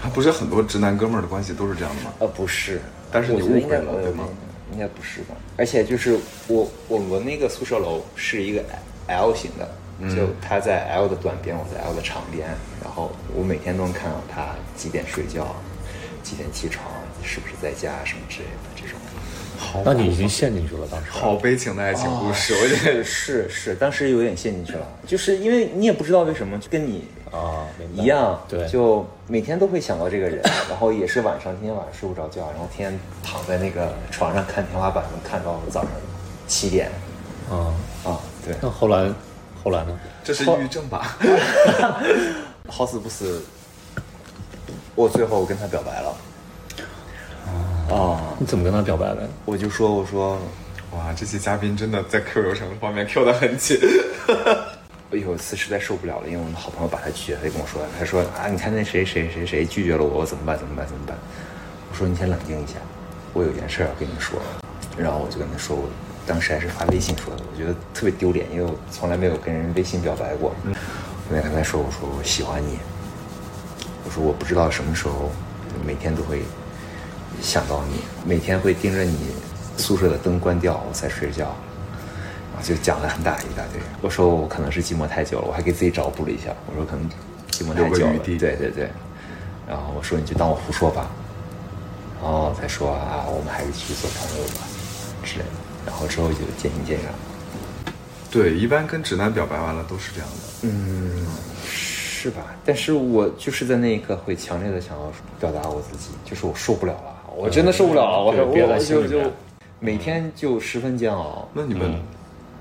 Speaker 3: 还不是很多直男哥们儿的关系都是这样的吗？
Speaker 1: 呃，不是，
Speaker 3: 但是你
Speaker 1: 我觉得
Speaker 3: 误
Speaker 1: 应该
Speaker 3: 会了
Speaker 1: 呃
Speaker 3: 对吗
Speaker 1: 应该不是吧？而且就是我我们那个宿舍楼是一个 L 型的，就他在 L 的短边，我在 L 的长边，然后我每天都能看到他几点睡觉，几点起床，是不是在家什么之类的这种。
Speaker 3: 好
Speaker 2: 那你已经陷进去了，当时
Speaker 3: 好悲情的爱情故事，我觉
Speaker 1: 是 <laughs>
Speaker 3: 得
Speaker 1: 是是，当时有点陷进去了，就是因为你也不知道为什么，就跟你
Speaker 2: 啊，明白
Speaker 1: 一样，
Speaker 2: 对，
Speaker 1: 就每天都会想到这个人，然后也是晚上，今天晚上睡不着觉，然后天天躺在那个床上看天花板，能看到早上七点
Speaker 2: 啊。
Speaker 1: 啊，对，
Speaker 2: 那后来后来呢？
Speaker 3: 这是抑郁症 <laughs> 吧？
Speaker 1: 好死不死，我最后跟他表白了，啊，
Speaker 2: 你怎么跟他表白的？
Speaker 1: 我就说我说，
Speaker 3: 哇，这期嘉宾真的在 Q 流程方面 Q 的很紧。
Speaker 1: 我有一次哎实在受不了了，因为我们的好朋友把他拒绝，他就跟我说，他说啊，你看那谁谁谁谁拒绝了我，我怎么办？怎么办？怎么办？我说你先冷静一下，我有件事儿要跟你说。然后我就跟他说，我当时还是发微信说的，我觉得特别丢脸，因为我从来没有跟人微信表白过。我就跟他说，我说我喜欢你，我说我不知道什么时候，每天都会想到你，每天会盯着你宿舍的灯关掉我才睡觉，然后就讲了很大一大堆。我说我可能是寂寞太久了，我还给自己找补了一下，我说可能寂寞太久
Speaker 3: 留
Speaker 1: 了
Speaker 3: 个余，地
Speaker 1: 对对对。然后我说你就当我胡说吧，然后才说啊，我们还是去做朋友吧之类的。然后之后就渐行渐远。
Speaker 3: <laughs> 对，一般跟直男表白完了都是这样的。
Speaker 1: 是吧？但是我就是在那一刻会强烈的想要表达我自己，就是我受不了了，我真的受不了了，我
Speaker 2: 嗯对
Speaker 1: 我
Speaker 2: 憋在
Speaker 1: 我
Speaker 2: 心
Speaker 1: 就
Speaker 2: 里
Speaker 1: 就
Speaker 2: 面
Speaker 1: 每天就十分煎熬。
Speaker 3: 那你们，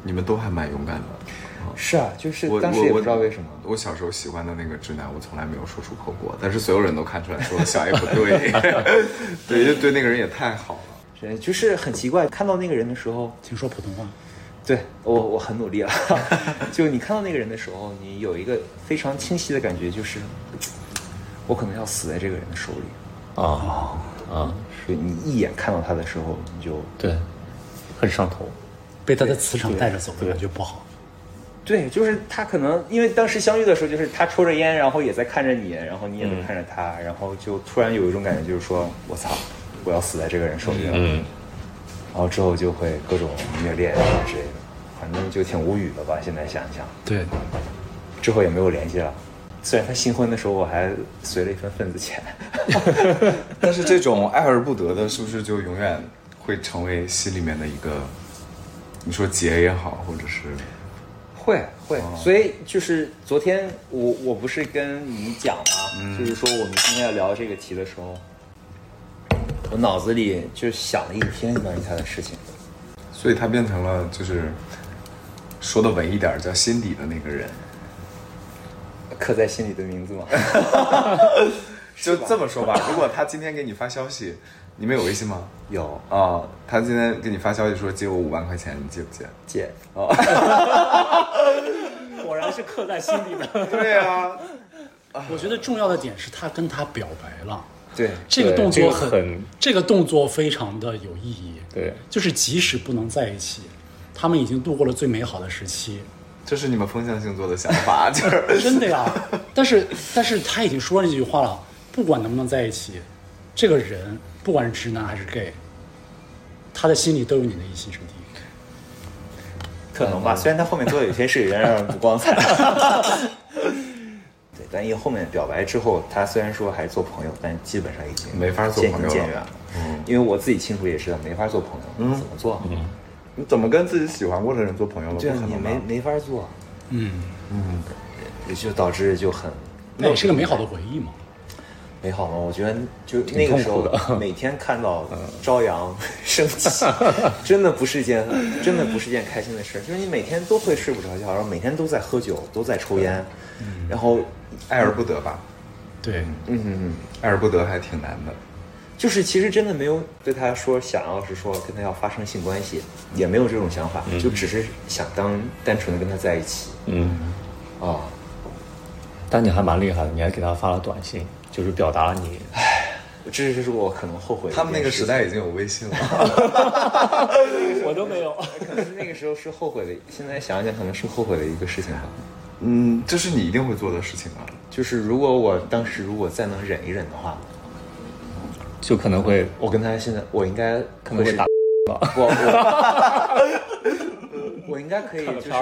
Speaker 3: 你们都还蛮勇敢的。 <laughs>
Speaker 1: 是啊，就是
Speaker 3: 我
Speaker 1: 当时
Speaker 3: 我
Speaker 1: 也
Speaker 3: 我
Speaker 1: 不知道为什么，
Speaker 3: 我小时候喜欢的那个直男，我从来没有说出口过，但是所有人都看出来，说小 A 不对， <laughs> 对，就对那个人也太好了。
Speaker 1: 是就是很奇怪，看到那个人的时候，
Speaker 4: 请说普通话。
Speaker 1: 对我我很努力了。啊 <laughs> 就你看到那个人的时候，你有一个非常清晰的感觉，就是我可能要死在这个人的手里。
Speaker 2: 啊啊，
Speaker 1: 所以你一眼看到他的时候，你就
Speaker 2: 对，很上头。
Speaker 4: 被他的磁场带着走了，我觉得不好。
Speaker 1: 对，就是他可能因为当时相遇的时候，就是他抽着烟，然后也在看着你，然后你也在看着他，然后就突然有一种感觉，就是说我操，我要死在这个人手里了。
Speaker 2: 嗯，
Speaker 1: 然后之后就会各种虐恋什么之类的，反正就挺无语的吧。现在想一想，
Speaker 4: 对，
Speaker 1: 之后也没有联系了。虽然他新婚的时候我还随了一份份子钱，
Speaker 3: 但是这种爱而不得的，是不是就永远会成为心里面的一个，你说结也好，或者是
Speaker 1: 会会，所以就是昨天我我不是跟你讲吗、就是说我们今天要聊这个题的时候，我脑子里就想了一天关于他的事情。
Speaker 3: 所以他变成了就是说的文一点儿叫心底的那个人，
Speaker 1: 刻在心里的名字吗？
Speaker 3: 就这么说吧。如果他今天给你发消息，你们有微信吗？
Speaker 1: <laughs> 有
Speaker 3: 啊、他今天给你发消息说借我五万块钱，你借不借？
Speaker 1: 姐，
Speaker 2: 果然是刻在心里的。
Speaker 3: 对啊，
Speaker 4: 我觉得重要的点是他跟他表白了，
Speaker 1: 对
Speaker 4: 这个动作
Speaker 2: 这
Speaker 4: 很，
Speaker 2: 个很
Speaker 4: 这个动作非常的有意义。
Speaker 2: 对，
Speaker 4: 就是即使不能在一起，他们已经度过了最美好的时期，
Speaker 3: 这是你们风象星座的想 <laughs> 法，就是
Speaker 4: 真的
Speaker 2: <laughs>
Speaker 4: 呀。但是，但是他已经说了这句话了，不管能不能在一起，这个人不管是直男还是 gay，他的心里都有你的一席之地。
Speaker 1: 可能吧。虽然他后面做的有些事有点让人不光彩。 <laughs> 对，但因为后面表白之后，他虽然说还做朋友，但基本上已经
Speaker 3: 没法做
Speaker 1: 渐
Speaker 3: 朋
Speaker 1: 行
Speaker 3: 友
Speaker 1: 渐
Speaker 3: 了
Speaker 1: 远了。嗯，因为我自己清楚也知道没法做朋友，嗯，怎么做？嗯，
Speaker 3: 你怎么跟自己喜欢过的人做朋友了？
Speaker 1: 对啊
Speaker 3: 不，可
Speaker 1: 你
Speaker 3: 能吧
Speaker 1: 没没法做，
Speaker 4: 嗯，
Speaker 1: 也就导致就很
Speaker 4: 那也是个美好的回忆嘛。
Speaker 1: 美好嘛。我觉得就那个时候，
Speaker 3: <laughs>
Speaker 1: 每天看到朝阳升起，真的不是件真的不是件开心的事。就是你每天都会睡不着觉，然后每天都在喝酒，都在抽烟，
Speaker 3: 嗯
Speaker 1: 然后
Speaker 3: 爱而不得吧？
Speaker 4: 对，
Speaker 1: 嗯，
Speaker 3: 爱而不得还挺难的。
Speaker 1: 就是其实真的没有对他说想要是说跟他要发生性关系，也没有这种想法，
Speaker 3: 嗯
Speaker 1: 就只是想当单纯的跟他在一起
Speaker 2: 嗯，
Speaker 1: 啊。
Speaker 2: 但你还蛮厉害的，你还给他发了短信，就是表达了你
Speaker 1: 这就是我可能后悔的一件事情。
Speaker 3: 他们那个时代已经有微信了，
Speaker 2: 我都没有。
Speaker 1: 可能是那个时候是后悔的，现在想想可能是后悔的一个事情吧。
Speaker 3: 嗯，这是你一定会做的事情啊。
Speaker 1: 就是如果我当时如果再能忍一忍的话，
Speaker 2: 就可能会
Speaker 1: 我跟他现在我应该可
Speaker 2: 可
Speaker 1: 能会
Speaker 2: 能会打
Speaker 1: 打，我我 <laughs> 我应该可以就是以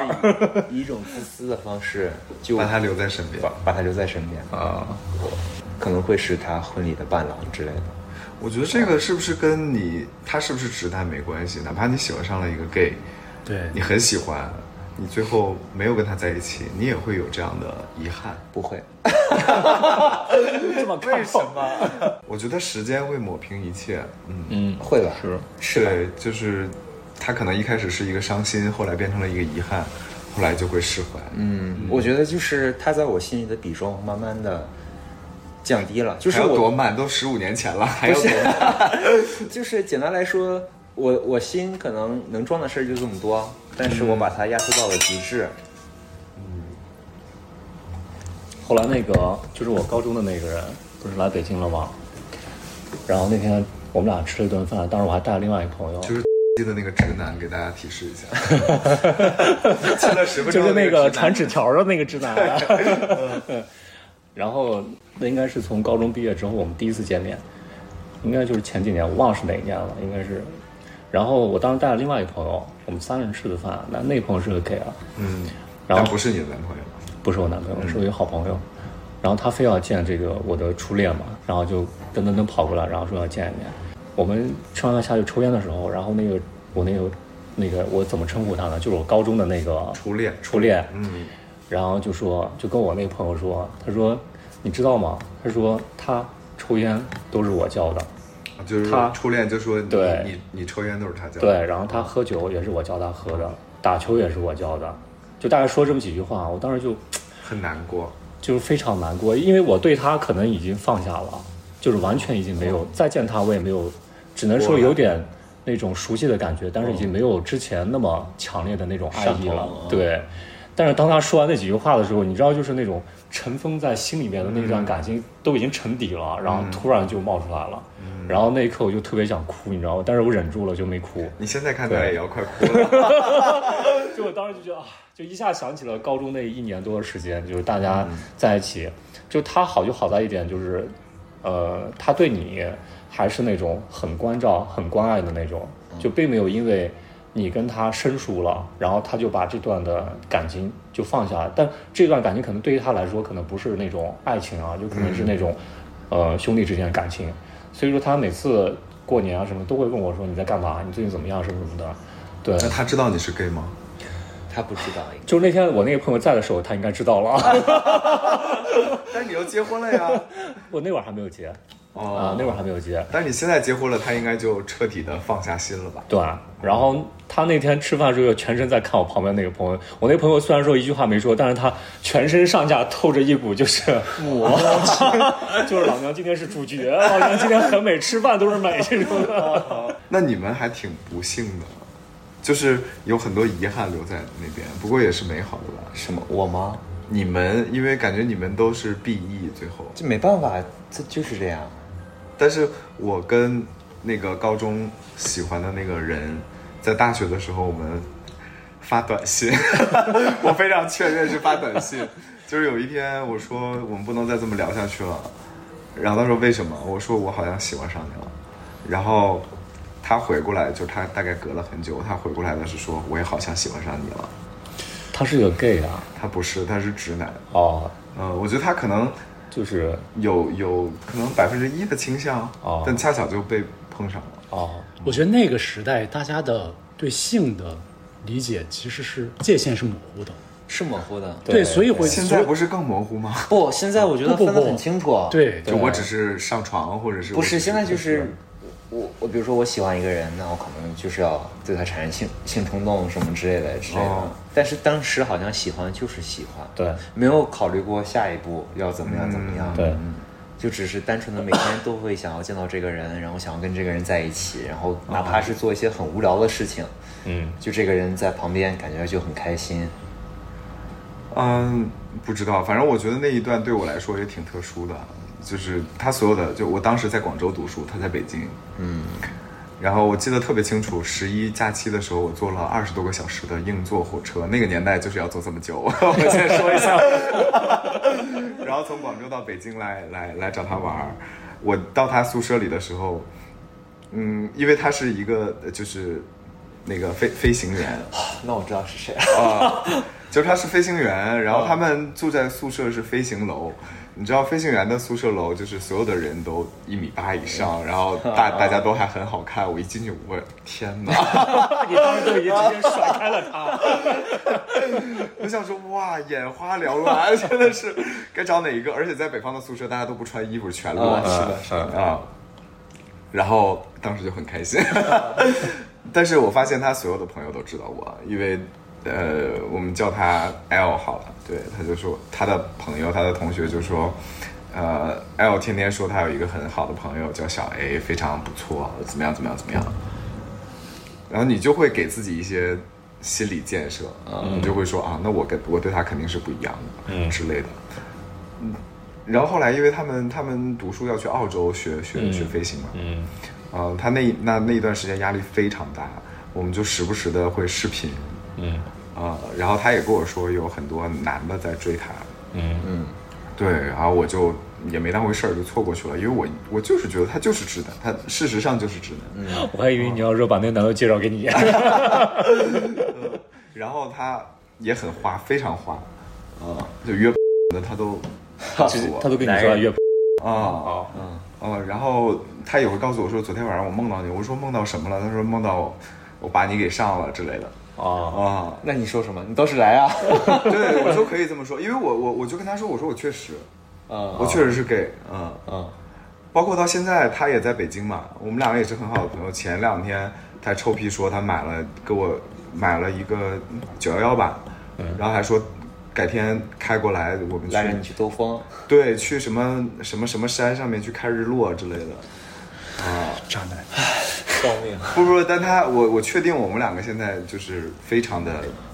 Speaker 1: 以一种自私的方式就
Speaker 3: 把他留在身边
Speaker 1: 把把他留在身边，
Speaker 3: 啊。
Speaker 1: 可能会是他婚礼的伴郎之类的。
Speaker 3: 我觉得这个是不是跟你他是不是直男没关系？哪怕你喜欢上了一个 gay，
Speaker 4: 对
Speaker 3: 你，很喜欢，你最后没有跟他在一起，你也会有这样的遗憾。
Speaker 1: 不会，
Speaker 2: 这么看什么？
Speaker 3: 我觉得时间会抹平一切。嗯，
Speaker 2: 嗯，
Speaker 1: 会吧？
Speaker 2: 是
Speaker 1: 是吧？
Speaker 3: 对，就是他可能一开始是一个伤心，后来变成了一个遗憾，后来就会释怀。嗯，
Speaker 1: 嗯，我觉得就是他在我心里的比重慢慢的降低了，就
Speaker 3: 就是是我
Speaker 1: 我
Speaker 3: 多慢，都十五年前了，还要
Speaker 1: 不
Speaker 3: 多
Speaker 1: 是
Speaker 3: 慢。
Speaker 1: 就是简单来说，我我心可能能装的事儿就这么多，但是我把它压缩到了极致。
Speaker 2: 后来那个就是我高中的那个人，不是来北京了吗？然后那天我们俩吃了一顿饭，当时我还带了另外一个朋友，
Speaker 3: 就是记得那个直男，给大家提示一
Speaker 2: <laughs>
Speaker 3: 下，吃了十分
Speaker 2: 就
Speaker 3: 钟
Speaker 2: 是
Speaker 3: 的
Speaker 2: 那
Speaker 3: 个
Speaker 2: 个
Speaker 3: 直男
Speaker 2: 传纸条的那个直男。啊
Speaker 3: <laughs>
Speaker 2: 然后那应该是从高中毕业之后我们第一次见面，应该就是前几年，我忘了是哪一年了，应该是。然后我当时带了另外一个朋友，我们三个人吃的饭，那那朋友是个 gay 啊，
Speaker 3: 嗯，
Speaker 2: 然
Speaker 3: 但
Speaker 2: 后
Speaker 3: 不是你的男朋友。
Speaker 2: 不是我男朋友，是我一个好朋友。然后他非要见这个我的初恋嘛，然后就噔噔噔跑过来，然后说要见一面。我们吃完饭下去抽烟的时候，然后那个我那个那个我怎么称呼他呢？就是我高中的那个
Speaker 3: 初恋，
Speaker 2: 初恋，
Speaker 3: 嗯，
Speaker 2: 然后就说就跟我那个朋友说，他说你知道吗？他说他抽烟都是我叫的，
Speaker 3: 就是
Speaker 2: 他
Speaker 3: 初恋就说你
Speaker 2: 对
Speaker 3: 你你抽烟都是他教的，
Speaker 2: 对，然后他喝酒也是我教他喝的，打球也是我教的，就大概说这么几句话，我当时就
Speaker 3: 很难过。
Speaker 2: 就是非常难过，因为我对他可能已经放下了，就是完全已经没有、再见他，我也没有，只能说有点那种熟悉的感觉，但是已经没有之前那么强烈的那种爱意了。对，但是当他说完那几句话的时候，你知道，就是那种尘封在心里面的那段感情都已经沉底了，然后突然就冒出来了，然后那一刻我就特别想哭，你知道吗？但是我忍住了就没哭。
Speaker 3: 你现在看他也要快哭了，
Speaker 2: <laughs> 就我当时就觉得啊，就一下想起了高中那一年多的时间，就是大家在一起，就他好就好在一点就是，呃，他对你还是那种很关照、很关爱的那种，就并没有因为你跟他生疏了，然后他就把这段的感情就放下了。但这段感情可能对于他来说，可能不是那种爱情啊，就可能是那种、呃兄弟之间的感情。所以说他每次过年啊什么都会问我说你在干嘛，你最近怎么样什么什么的。对，
Speaker 3: 那他知道你是 gay 吗？
Speaker 1: 他不知道，
Speaker 2: 就是那天我那个朋友在的时候，他应该知道了啊。
Speaker 3: <laughs> 但你又结婚了呀。
Speaker 2: 我那会儿还没有结啊、
Speaker 3: 哦
Speaker 2: 那会儿还没有结。
Speaker 3: <laughs> 但你现在结婚了，他应该就彻底的放下心了吧？
Speaker 2: 对，啊然后他那天吃饭的时候，全程在看我旁边那个朋友。我那朋友虽然说一句话没说，但是他全身上下透着一股就是我， <laughs> 就是老娘今天是主角，老娘今天很美，吃饭都是美这种的。
Speaker 3: 那你们还挺不幸的，就是有很多遗憾留在那边，不过也是美好的吧？
Speaker 1: 什么我吗？
Speaker 3: 你们因为感觉你们都是 BE 最后，
Speaker 1: 这没办法，这就是这样。
Speaker 3: 但是我跟那个高中喜欢的那个人，在大学的时候我们发短信， <laughs> 我非常确认是发短信。就是有一天我说我们不能再这么聊下去了，然后他说为什么？我说我好像喜欢上你了，然后他回过来，就是他大概隔了很久，他回过来的是说我也好像喜欢上你了。
Speaker 2: 他是个 gay 啊，
Speaker 3: 他不是，他是直男。
Speaker 2: 哦，
Speaker 3: 嗯、我觉得他可能
Speaker 2: 就是
Speaker 3: 有有可能百分之一的倾向，
Speaker 2: 哦
Speaker 3: 但恰巧就被碰上了。
Speaker 2: 哦，
Speaker 4: 我觉得那个时代大家的对性的理解其实是界限是模糊的，
Speaker 1: 是模糊的，
Speaker 2: 对
Speaker 4: 所以会
Speaker 3: 现在不是更模糊吗？
Speaker 1: 不，现在我觉得
Speaker 4: 不
Speaker 1: 分
Speaker 4: 不
Speaker 1: 得
Speaker 4: 不
Speaker 1: 很清楚。
Speaker 4: 对
Speaker 3: 就我只是上床，或者是
Speaker 1: 不
Speaker 3: 我
Speaker 1: 是
Speaker 3: 只
Speaker 1: 现在就是我我比如说我喜欢一个人，那我可能就是要对他产生性性冲动什么之类的之类的。
Speaker 3: 哦
Speaker 1: 但是当时好像喜欢就是喜欢，
Speaker 2: 对
Speaker 1: 没有考虑过下一步要怎么样怎么样。嗯
Speaker 2: 对。
Speaker 1: 就只是单纯的每天都会想要见到这个人，然后想要跟这个人在一起，然后哪怕是做一些很无聊的事情，
Speaker 2: 嗯，
Speaker 1: 就这个人在旁边感觉就很开心。
Speaker 3: 嗯，不知道，反正我觉得那一段对我来说也挺特殊的，就是他所有的，就我当时在广州读书，他在北京，
Speaker 1: 嗯，
Speaker 3: 然后我记得特别清楚，十一假期的时候，我坐了二十多个小时的硬座火车，那个年代就是要坐这么久， <laughs> 我先说一下。然后从广州到北京来来来找他玩儿，我到他宿舍里的时候，嗯，因为他是一个呃就是那个飞飞行员，
Speaker 1: 那我知道是谁了。
Speaker 3: 啊，就是他是飞行员，然后
Speaker 2: 嗯
Speaker 3: 他们住在宿舍是飞行楼。你知道飞行员的宿舍楼就是所有的人都一米八以上，
Speaker 2: 嗯
Speaker 3: 然后
Speaker 2: <laughs>
Speaker 3: 大大家都还很好看。我一进去，我天哪！
Speaker 2: 你当时就已经直接甩开了他。
Speaker 3: <laughs> 我想说，哇，眼花缭乱， <laughs> 真的是该找哪一个？而且在北方的宿舍，大家都不穿衣服，全
Speaker 2: 嗯
Speaker 3: 裸。
Speaker 1: 是
Speaker 3: 的，是的啊。然后当时就很开心，但是我发现他所有的朋友都知道我，因为呃，我们叫他 L 好了，对，他就说他的朋友、他的同学就说，呃，L 天天说他有一个很好的朋友叫小 A，非常不错，怎么样怎么样怎么样，然后你就会给自己一些心理建设，你就会说啊，那我跟我对他肯定是不一样的，
Speaker 2: 嗯
Speaker 3: 之类的。嗯，然后后来因为他们他们读书要去澳洲学学、学飞行嘛，
Speaker 2: 嗯，
Speaker 3: 嗯，他那那那一段时间压力非常大，我们就时不时的会视频，
Speaker 2: 嗯
Speaker 3: 啊、然后他也跟我说有很多男的在追他，
Speaker 2: 嗯
Speaker 1: 嗯，
Speaker 3: 对，然后我就也没当回事儿，就错过去了，因为我我就是觉得他就是直男，他事实上就是直男，
Speaker 2: 我还以为你要说把那个男的介绍给你。
Speaker 3: 然后他也很花，非常花，啊、就约的他 <laughs> 都告
Speaker 2: 其
Speaker 3: 诉
Speaker 2: 实
Speaker 3: 我，
Speaker 2: 他都跟你说了越
Speaker 3: 啊啊啊！然后他也会告诉我说，昨天晚上我梦到你，我说梦到什么了？他说梦到我把你给上了之类的
Speaker 2: 啊
Speaker 3: 啊。
Speaker 1: 那你说什么？你倒是来啊！ <laughs>
Speaker 3: 对，我说可以这么说，因为我我我就跟他说，我说我确实，
Speaker 1: 嗯
Speaker 3: 我确实是 gay，嗯，
Speaker 1: 嗯，
Speaker 3: 包括到现在他也在北京嘛，我们两个也是很好的朋友。前两天他臭屁说他买了给我买了一个九幺幺版，
Speaker 1: 嗯
Speaker 3: 然后还说改天开过来我们去
Speaker 1: 拉着你去兜风。
Speaker 3: 对，去什么什么什么山上面去看日落之类的。
Speaker 4: 渣男。
Speaker 1: 救命！
Speaker 3: 不不，但他我我确定我们两个现在就是非常的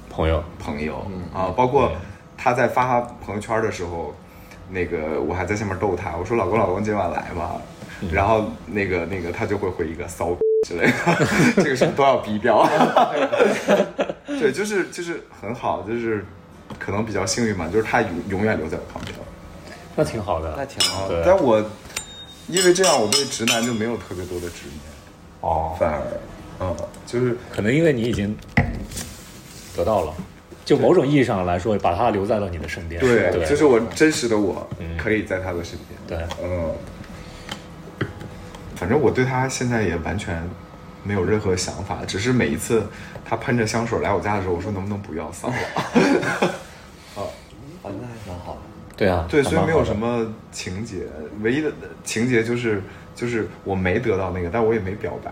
Speaker 2: 朋友，
Speaker 3: 朋友、
Speaker 2: 嗯
Speaker 3: 啊，包括他在发朋友圈的时候，那个我还在下面逗他，我说老公老公今晚来吗？
Speaker 2: 嗯
Speaker 3: 然后那个那个 <laughs>
Speaker 2: <laughs>
Speaker 3: 他就会回一个骚之类的，这个什么都要逼掉，就 <laughs> 对，就是就是很好，就是可能比较幸运嘛，就是他永永远留在我旁边。
Speaker 2: 那挺好的，
Speaker 1: 那挺好
Speaker 2: 对
Speaker 3: 但我因为这样，我对直男就没有特别多的执念，
Speaker 2: 哦，
Speaker 3: 反而，嗯，就是
Speaker 2: 可能因为你已经得到了，就某种意义上来说，把他留在了你的身边。
Speaker 3: 对，
Speaker 2: 对，
Speaker 3: 就是我真实的我
Speaker 2: 嗯
Speaker 3: 可以在他的身边。
Speaker 2: 对，
Speaker 3: 嗯，反正我对他现在也完全没有任何想法，只是每一次他喷着香水来我家的时候，我说能不能不要骚扰？
Speaker 1: 哦，那还蛮好的。
Speaker 2: 对啊，
Speaker 3: 对，
Speaker 2: 还
Speaker 3: 所以
Speaker 2: 蛮
Speaker 3: 没有
Speaker 2: 好的
Speaker 3: 什么情节，唯一的情节就是就是我没得到那个，但我也没表白，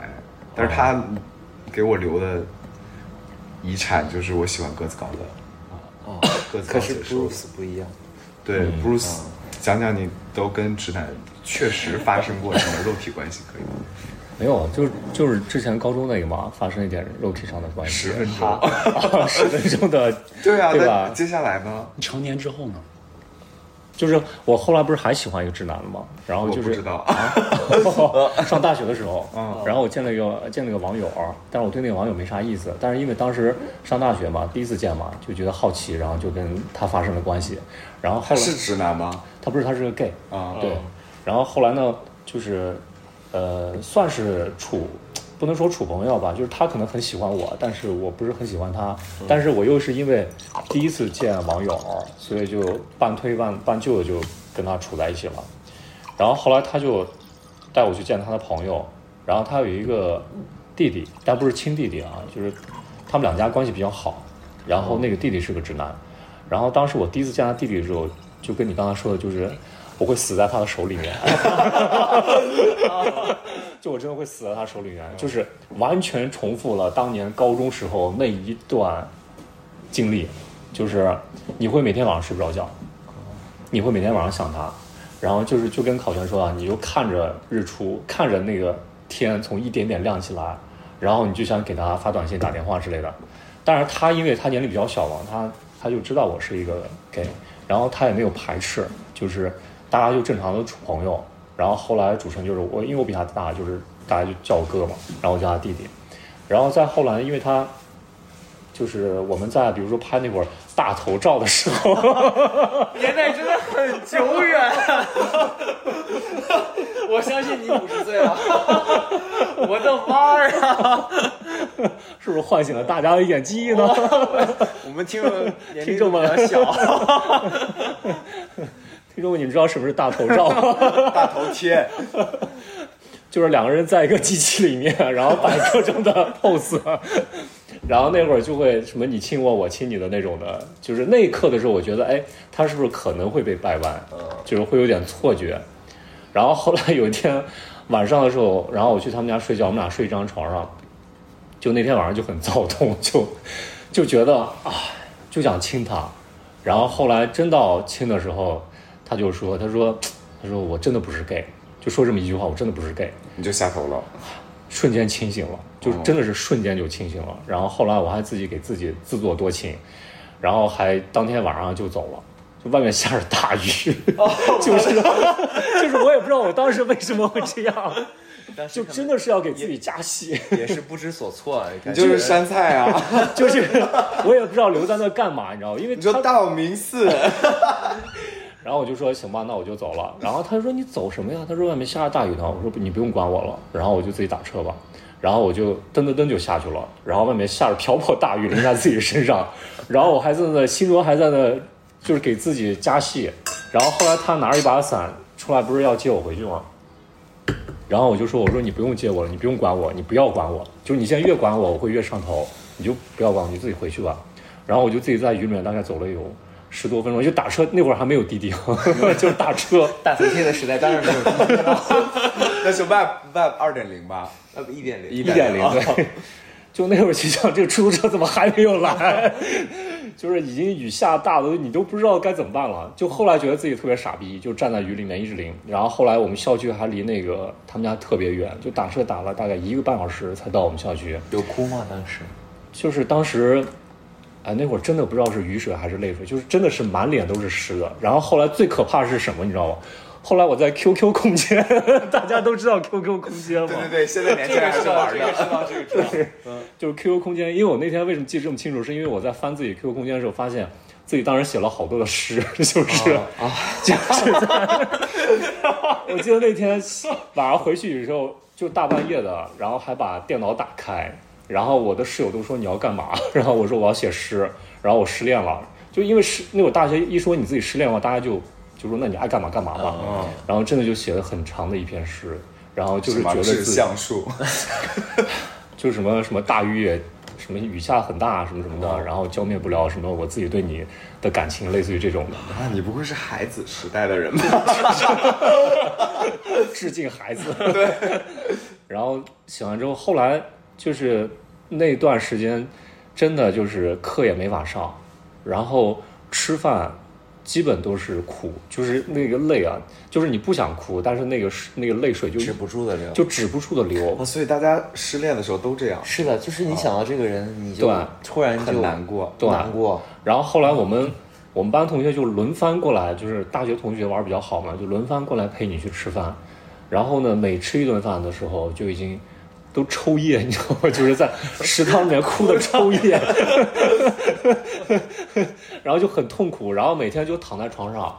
Speaker 3: 但是他给我留的遗产就是我喜欢鸽子高的，
Speaker 1: <coughs> 哦，
Speaker 3: 鸽子
Speaker 1: 可
Speaker 3: 高
Speaker 1: 是
Speaker 3: 结束
Speaker 1: Bruce 不一样，
Speaker 3: 对、Bruce，讲讲你都跟直男确实发生过什么肉体关系，可以吗？
Speaker 2: 没有，就是就是之前高中那个嘛，发生一点肉体上的关系
Speaker 3: 十，分钟。
Speaker 2: 十分钟的，
Speaker 3: <laughs> 对啊，
Speaker 2: 对
Speaker 3: 那
Speaker 2: 吧？
Speaker 3: 接下来呢？
Speaker 4: <laughs> 成年之后呢？
Speaker 2: 就是我后来不是还喜欢一个直男了吗？然后
Speaker 3: 我
Speaker 2: 就
Speaker 3: 不
Speaker 2: 是
Speaker 3: 知道，
Speaker 2: <laughs> 上大学的时候，
Speaker 3: 嗯
Speaker 2: 然后我见了一个见了一个网友儿，但是我对那个网友没啥意思，但是因为当时上大学嘛，第一次见嘛，就觉得好奇，然后就跟他发生了关系，然后后
Speaker 3: 他 <laughs>
Speaker 2: 来
Speaker 3: 是直男吗？
Speaker 2: 他不是他是个 gay，
Speaker 3: 啊，
Speaker 2: 对，然后后来呢，就是呃，算是处，不能说处朋友吧，就是他可能很喜欢我，但是我不是很喜欢他，
Speaker 3: 嗯
Speaker 2: 但是我又是因为第一次见网友，所以就半推半半就的就跟他处在一起了。然后后来他就带我去见他的朋友，然后他有一个弟弟，但不是亲弟弟啊，就是他们两家关系比较好。然后那个弟弟是个直男，然后当时我第一次见他弟弟的时候，就跟你刚才说的，就是我会死在他的手里面， <laughs> 就我真的会死在他手里面，就是完全重复了当年高中时候那一段经历，就是你会每天晚上睡不着觉，你会每天晚上想他，然后就是就跟考全说啊，你就看着日出，看着那个天从一点点亮起来，然后你就想给他发短信、打电话之类的。但是他因为他年龄比较小嘛，他他就知道我是一个 gay，然后他也没有排斥，就是大家就正常的处朋友。然后后来主持人就是我，因为我比他大，就是大家就叫我哥嘛，然后我叫他弟弟。然后再后来，因为他就是我们在比如说拍那会儿大头照的时候，
Speaker 1: 年代真的很久远， <laughs> 我相信你五十岁 <laughs> 了，我的妈呀！
Speaker 2: 是不是唤醒了大家的一点记忆呢？
Speaker 1: 我们听众年
Speaker 2: 听
Speaker 1: 龄
Speaker 2: 众
Speaker 1: 都比
Speaker 2: 们
Speaker 1: 较小，
Speaker 2: 听众们，你们知道什么是大头照吗？
Speaker 3: 大头贴，
Speaker 2: 就是两个人在一个机器里面，然后摆各种的 pose，然后那会儿就会什么你亲我，我亲你的那种的，就是那一刻的时候，我觉得哎，他是不是可能会被掰弯，就是会有点错觉。然后后来有一天晚上的时候，然后我去他们家睡觉，我们俩睡一张床上，就那天晚上就很躁动， <laughs> 就就觉得啊，就想亲他。然后后来真到亲的时候，他就说，他说，他说我真的不是 gay，就说这么一句话，我真的不是 gay。
Speaker 3: 你就下头了。
Speaker 2: 瞬间清醒了，就是
Speaker 3: 哦
Speaker 2: 真的是瞬间就清醒了。然后后来我还自己给自己自作多情，然后还当天晚上就走了。就外面下着大雨， <laughs> 就是就是我也不知道我当时为什么会这样，就真的是要给自己加戏，
Speaker 1: 也是不知所措，啊
Speaker 3: 你
Speaker 1: 感觉
Speaker 3: 就是山菜 <laughs> 啊！
Speaker 2: 就是我也不知道留在那干嘛，你知道吗？因为
Speaker 3: 你说
Speaker 2: 他
Speaker 3: 大有名寺，
Speaker 2: 然后我就说行吧，那我就走了。然后他就说你走什么呀？他说外面下着大雨呢。我说不你不用管我了，然后我就自己打车吧。然后我就噔噔噔就下去了，然后外面下着瓢泼大雨淋在自己身上，然后我还在那心中还在那就是给自己加戏。然后后来他拿着一把伞出来，不是要接我回去吗？然后我就说我说你不用接我了，你不用管我，你不要管我，就是你现在越管我，我会越上头，你就不要管我，你自己回去吧。然后我就自己在雨里面大概走了有十多分钟，就打车，那会儿还没有滴滴， <laughs> 就是打车。
Speaker 1: 大头贴的时代当然没 <laughs> 有
Speaker 3: 那是 Web Web 二点零吧？
Speaker 1: 呃一点零啊
Speaker 3: 一
Speaker 2: 一点零对， <laughs> 就那会儿就想这个出租车怎么还没有来， <laughs> 就是已经雨下大的，你都不知道该怎么办了。就后来觉得自己特别傻逼，就站在雨里面一直淋。然后后来我们校区还离那个他们家特别远，就打车打了大概一个半小时才到我们校区。
Speaker 1: 有哭吗？当时
Speaker 2: 就是当时，哎，那会儿真的不知道是雨水还是泪水，就是真的是满脸都是湿的。然后后来最可怕的是什么，你知道吗？后来我在 QQ 空间， <laughs> 大家都知道 QQ 空间
Speaker 3: 对对
Speaker 2: 嘛，
Speaker 3: 对，现在年轻人还是玩的。
Speaker 2: 就是 QQ 空间。因为我那天为什么记得这么清楚，是因为我在翻自己 QQ 空间的时候，发现自己当时写了好多的诗， <laughs> 就是啊， <laughs> 就是在。我记得那天晚上回去的时候，就大半夜的，然后还把电脑打开，然后我的室友都说你要干嘛， <laughs> 然后我说我要写诗，然后我失恋了，就因为失那会大学一说你自己失恋了，大家就就说那你爱干嘛干嘛吧，然后真的就写了很长的一篇诗，然后就是
Speaker 3: 什
Speaker 2: 觉
Speaker 3: 么
Speaker 2: 得
Speaker 3: 是
Speaker 2: 自己
Speaker 3: 橡树？
Speaker 2: 就是什么什么大雨也什么雨下很大什么什么
Speaker 1: 嗯
Speaker 2: 的，然后浇灭不了什么我自己对你的感情，类似于
Speaker 1: <laughs>
Speaker 2: 这种的。
Speaker 3: <laughs> 啊，你不会是孩子时代的人吧？
Speaker 2: 致敬孩子。对。 <laughs> 然后写完之后，后来就是那段时间，真的就是课也没法上，然后吃饭基本都是哭，就是那个泪啊，就是你不想哭，但是那个是那个泪水就
Speaker 1: 止不住的流。
Speaker 2: 就止不住的流
Speaker 3: 哦，。所以大家失恋的时候都这样。
Speaker 1: 是的，就是你想到这个人，你就
Speaker 2: 对
Speaker 1: 突然就
Speaker 3: 很难过
Speaker 2: 对
Speaker 1: 难过。
Speaker 2: 然后后来我们我们班同学就轮番过来，就是大学同学玩儿比较好嘛，就轮番过来陪你去吃饭。然后呢，每吃一顿饭的时候就已经都抽噎，你知道吗？ <laughs> 就是在食堂里面哭的抽噎，然后就很痛苦，然后每天就躺在床上，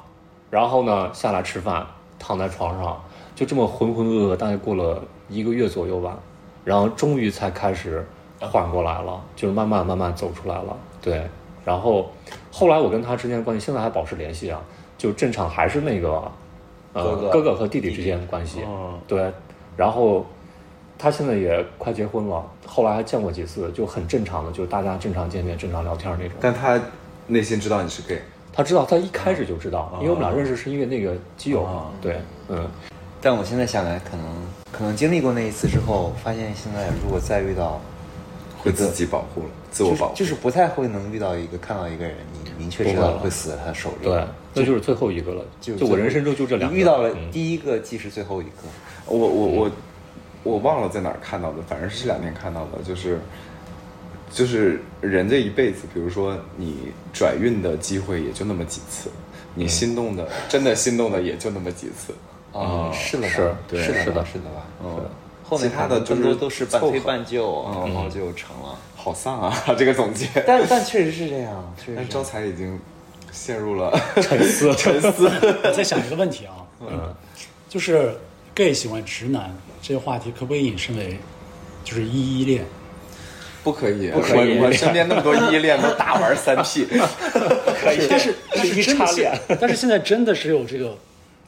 Speaker 2: 然后呢下来吃饭，躺在床上就这么浑浑噩噩，大概过了一个月左右吧，然后终于才开始缓过来了，就是慢慢慢慢走出来了，对。然后后来我跟他之间的关系现在还保持联系啊，就正常还是那个呃
Speaker 1: 哥哥
Speaker 2: 哥哥和弟弟之间的关系，对。然后他现在也快结婚了，后来还见过几次，就很正常的，就是大家正常见面、正常聊天那种。
Speaker 3: 但他内心知道你是 gay，
Speaker 2: 他知道，他一开始就知道，因为我们俩认识是因为那个基友，对，嗯，
Speaker 1: 但我现在想来，可能可能经历过那一次之后，发现现在如果再遇到，
Speaker 3: 会自己保护了，自我
Speaker 1: 就是
Speaker 3: 保护。
Speaker 1: 就是不太会能遇到一个看到一个人，你明确知
Speaker 2: 不会
Speaker 1: 道
Speaker 2: 了
Speaker 1: 会死在他手里。
Speaker 2: 对，那就是最后一个了。
Speaker 1: 就
Speaker 2: 就是我人生中就这两个，
Speaker 1: 你遇到了
Speaker 2: 嗯
Speaker 1: 第一个，即是最后一个。
Speaker 3: 我我我我忘了在哪儿看到的，反正是这两天看到的，就是就是人这一辈子，比如说你转运的机会也就那么几次，你心动的、真的心动的也就那么几次，
Speaker 1: 啊，是的吧，
Speaker 2: 是对
Speaker 1: 是
Speaker 2: 是
Speaker 1: 吧
Speaker 2: 的
Speaker 1: 是的吧？
Speaker 3: 嗯，
Speaker 1: 后面
Speaker 3: 其他的就
Speaker 1: 很
Speaker 3: 是
Speaker 1: 多都是半
Speaker 3: 凑
Speaker 1: 推
Speaker 3: 合
Speaker 1: 半就，啊
Speaker 2: 嗯
Speaker 1: 然后就成了。
Speaker 3: <laughs> 好丧啊， <laughs> 这个总结。
Speaker 1: <laughs> 但但确实是这样，确实
Speaker 3: 但
Speaker 1: 是
Speaker 3: 招财已经陷入了 <laughs>
Speaker 2: 沉
Speaker 4: <laughs>
Speaker 2: 思，
Speaker 3: 沉思，
Speaker 4: 我在想一个问题啊，
Speaker 2: 嗯，
Speaker 4: 就是 gay 喜欢直男这个话题，可不可以引申为就是异异恋？
Speaker 3: 不可以，
Speaker 2: 不可以
Speaker 3: 我我身边那么多依恋都大玩三 P，
Speaker 2: 可以，
Speaker 4: 但是但
Speaker 2: 是
Speaker 4: 是
Speaker 2: 一
Speaker 4: 真
Speaker 2: 插
Speaker 4: 的是
Speaker 2: 脸，
Speaker 4: 但是现在真的是有这个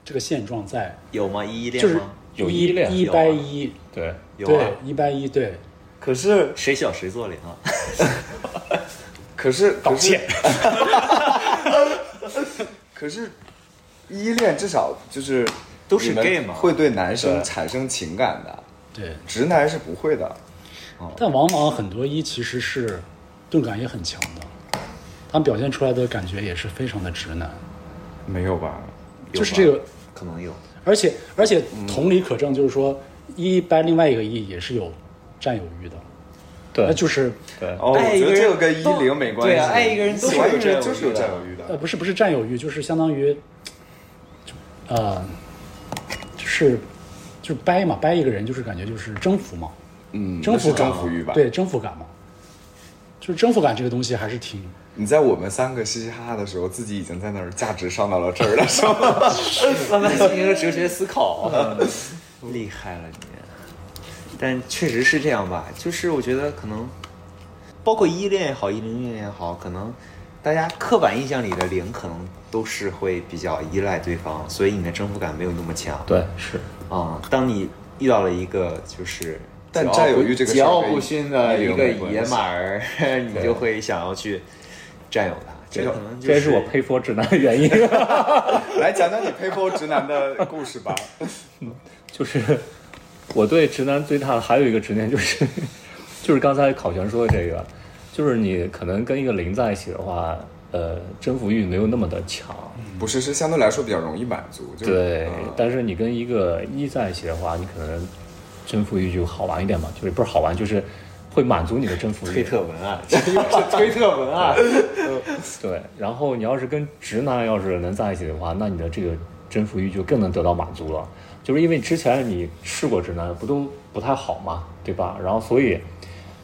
Speaker 4: 这个现状在，
Speaker 1: 有吗？异
Speaker 4: 就
Speaker 1: 恋
Speaker 4: 是
Speaker 1: 吗？
Speaker 2: 有
Speaker 4: 一
Speaker 2: 异恋
Speaker 4: 一
Speaker 2: 有
Speaker 4: 掰
Speaker 1: 啊
Speaker 4: 一，
Speaker 2: 对，
Speaker 1: 有啊
Speaker 4: 对，一掰一，对，
Speaker 3: 可是
Speaker 1: 谁小谁做零啊？
Speaker 3: 可是
Speaker 2: 道歉。
Speaker 3: 可是 <laughs> 依恋至少就是
Speaker 1: 都是
Speaker 3: 你们
Speaker 1: gay 嘛
Speaker 3: 会对男生
Speaker 2: 对
Speaker 3: 产生情感的，
Speaker 4: 对。
Speaker 3: 直男是不会的。
Speaker 4: 但往往很多一其实是钝感也很强的，他们表现出来的感觉也是非常的直男，
Speaker 3: 没有吧？
Speaker 4: 就是这个，
Speaker 1: <laughs> 可能有。
Speaker 4: 而且而且同理可证，就是说一掰另外一个一也是有占有欲的，那
Speaker 2: 对，
Speaker 4: 就是
Speaker 2: 对，
Speaker 3: 哦，我
Speaker 1: 爱一
Speaker 3: 觉
Speaker 1: 个
Speaker 3: 得
Speaker 1: 人
Speaker 3: 这个跟一
Speaker 1: 都
Speaker 3: 零没关系。
Speaker 1: 对啊爱一个人都
Speaker 3: 喜欢一
Speaker 1: 是
Speaker 3: 个人
Speaker 1: 有占有欲
Speaker 3: 就是有
Speaker 1: 的
Speaker 3: 占有欲
Speaker 4: 呃
Speaker 3: 的。
Speaker 4: 不是不是占有欲，就是相当于，就呃，就是就是掰嘛，掰一个人就是感觉就是征服嘛，
Speaker 3: 嗯，
Speaker 4: 征服
Speaker 3: 那是
Speaker 4: 感
Speaker 3: 征
Speaker 4: 嘛
Speaker 3: 服欲吧？
Speaker 4: 对，，征服感嘛，就是征服感这个东西还是挺
Speaker 3: 你在我们三个嘻嘻哈哈的时候，自己已经在那儿价值上到了这儿了，是吗？
Speaker 1: 慢慢进行了哲学思考，厉害了你！但确实是这样吧，就是我觉得可能，包括依恋也好，一零恋也好，可能大家刻板印象里的零可能都是会比较依赖对方，所以你的征服感没有那么强。
Speaker 2: 对，是，
Speaker 1: 啊、当你遇到了一个就是
Speaker 3: 但
Speaker 1: 桀骜
Speaker 3: 占有
Speaker 1: 不
Speaker 3: 欲这个事
Speaker 1: 桀
Speaker 3: 儿
Speaker 1: 骜
Speaker 3: 跟
Speaker 1: 不驯的
Speaker 3: 一
Speaker 1: 一
Speaker 3: 零
Speaker 1: 个
Speaker 3: 没关
Speaker 1: 野
Speaker 3: 系
Speaker 1: 马儿， <laughs> 你就会想要去占有它。这可能就
Speaker 2: 这也是我佩服直男的原因。 <laughs>
Speaker 3: 来讲讲你佩服直男的故事吧。
Speaker 2: 就是我对直男最大的还有一个执念就是， <laughs> 就是刚才考全说的这个，就是你可能跟一个零在一起的话，呃，征服欲没有那么的强，
Speaker 3: 不是，是相对来说比较容易满足。就是
Speaker 2: 对。
Speaker 3: 嗯
Speaker 2: 但是你跟一个一在一起的话，你可能征服欲就好玩一点嘛，就是不是好玩，就是会满足你的征服
Speaker 1: 推
Speaker 2: 欲。
Speaker 1: 特文案，这又是推特文案。
Speaker 2: 对，然后你要是跟直男要是能在一起的话，那你的这个征服欲就更能得到满足了。就是因为之前你试过直男，不都不太好嘛，对吧？然后所以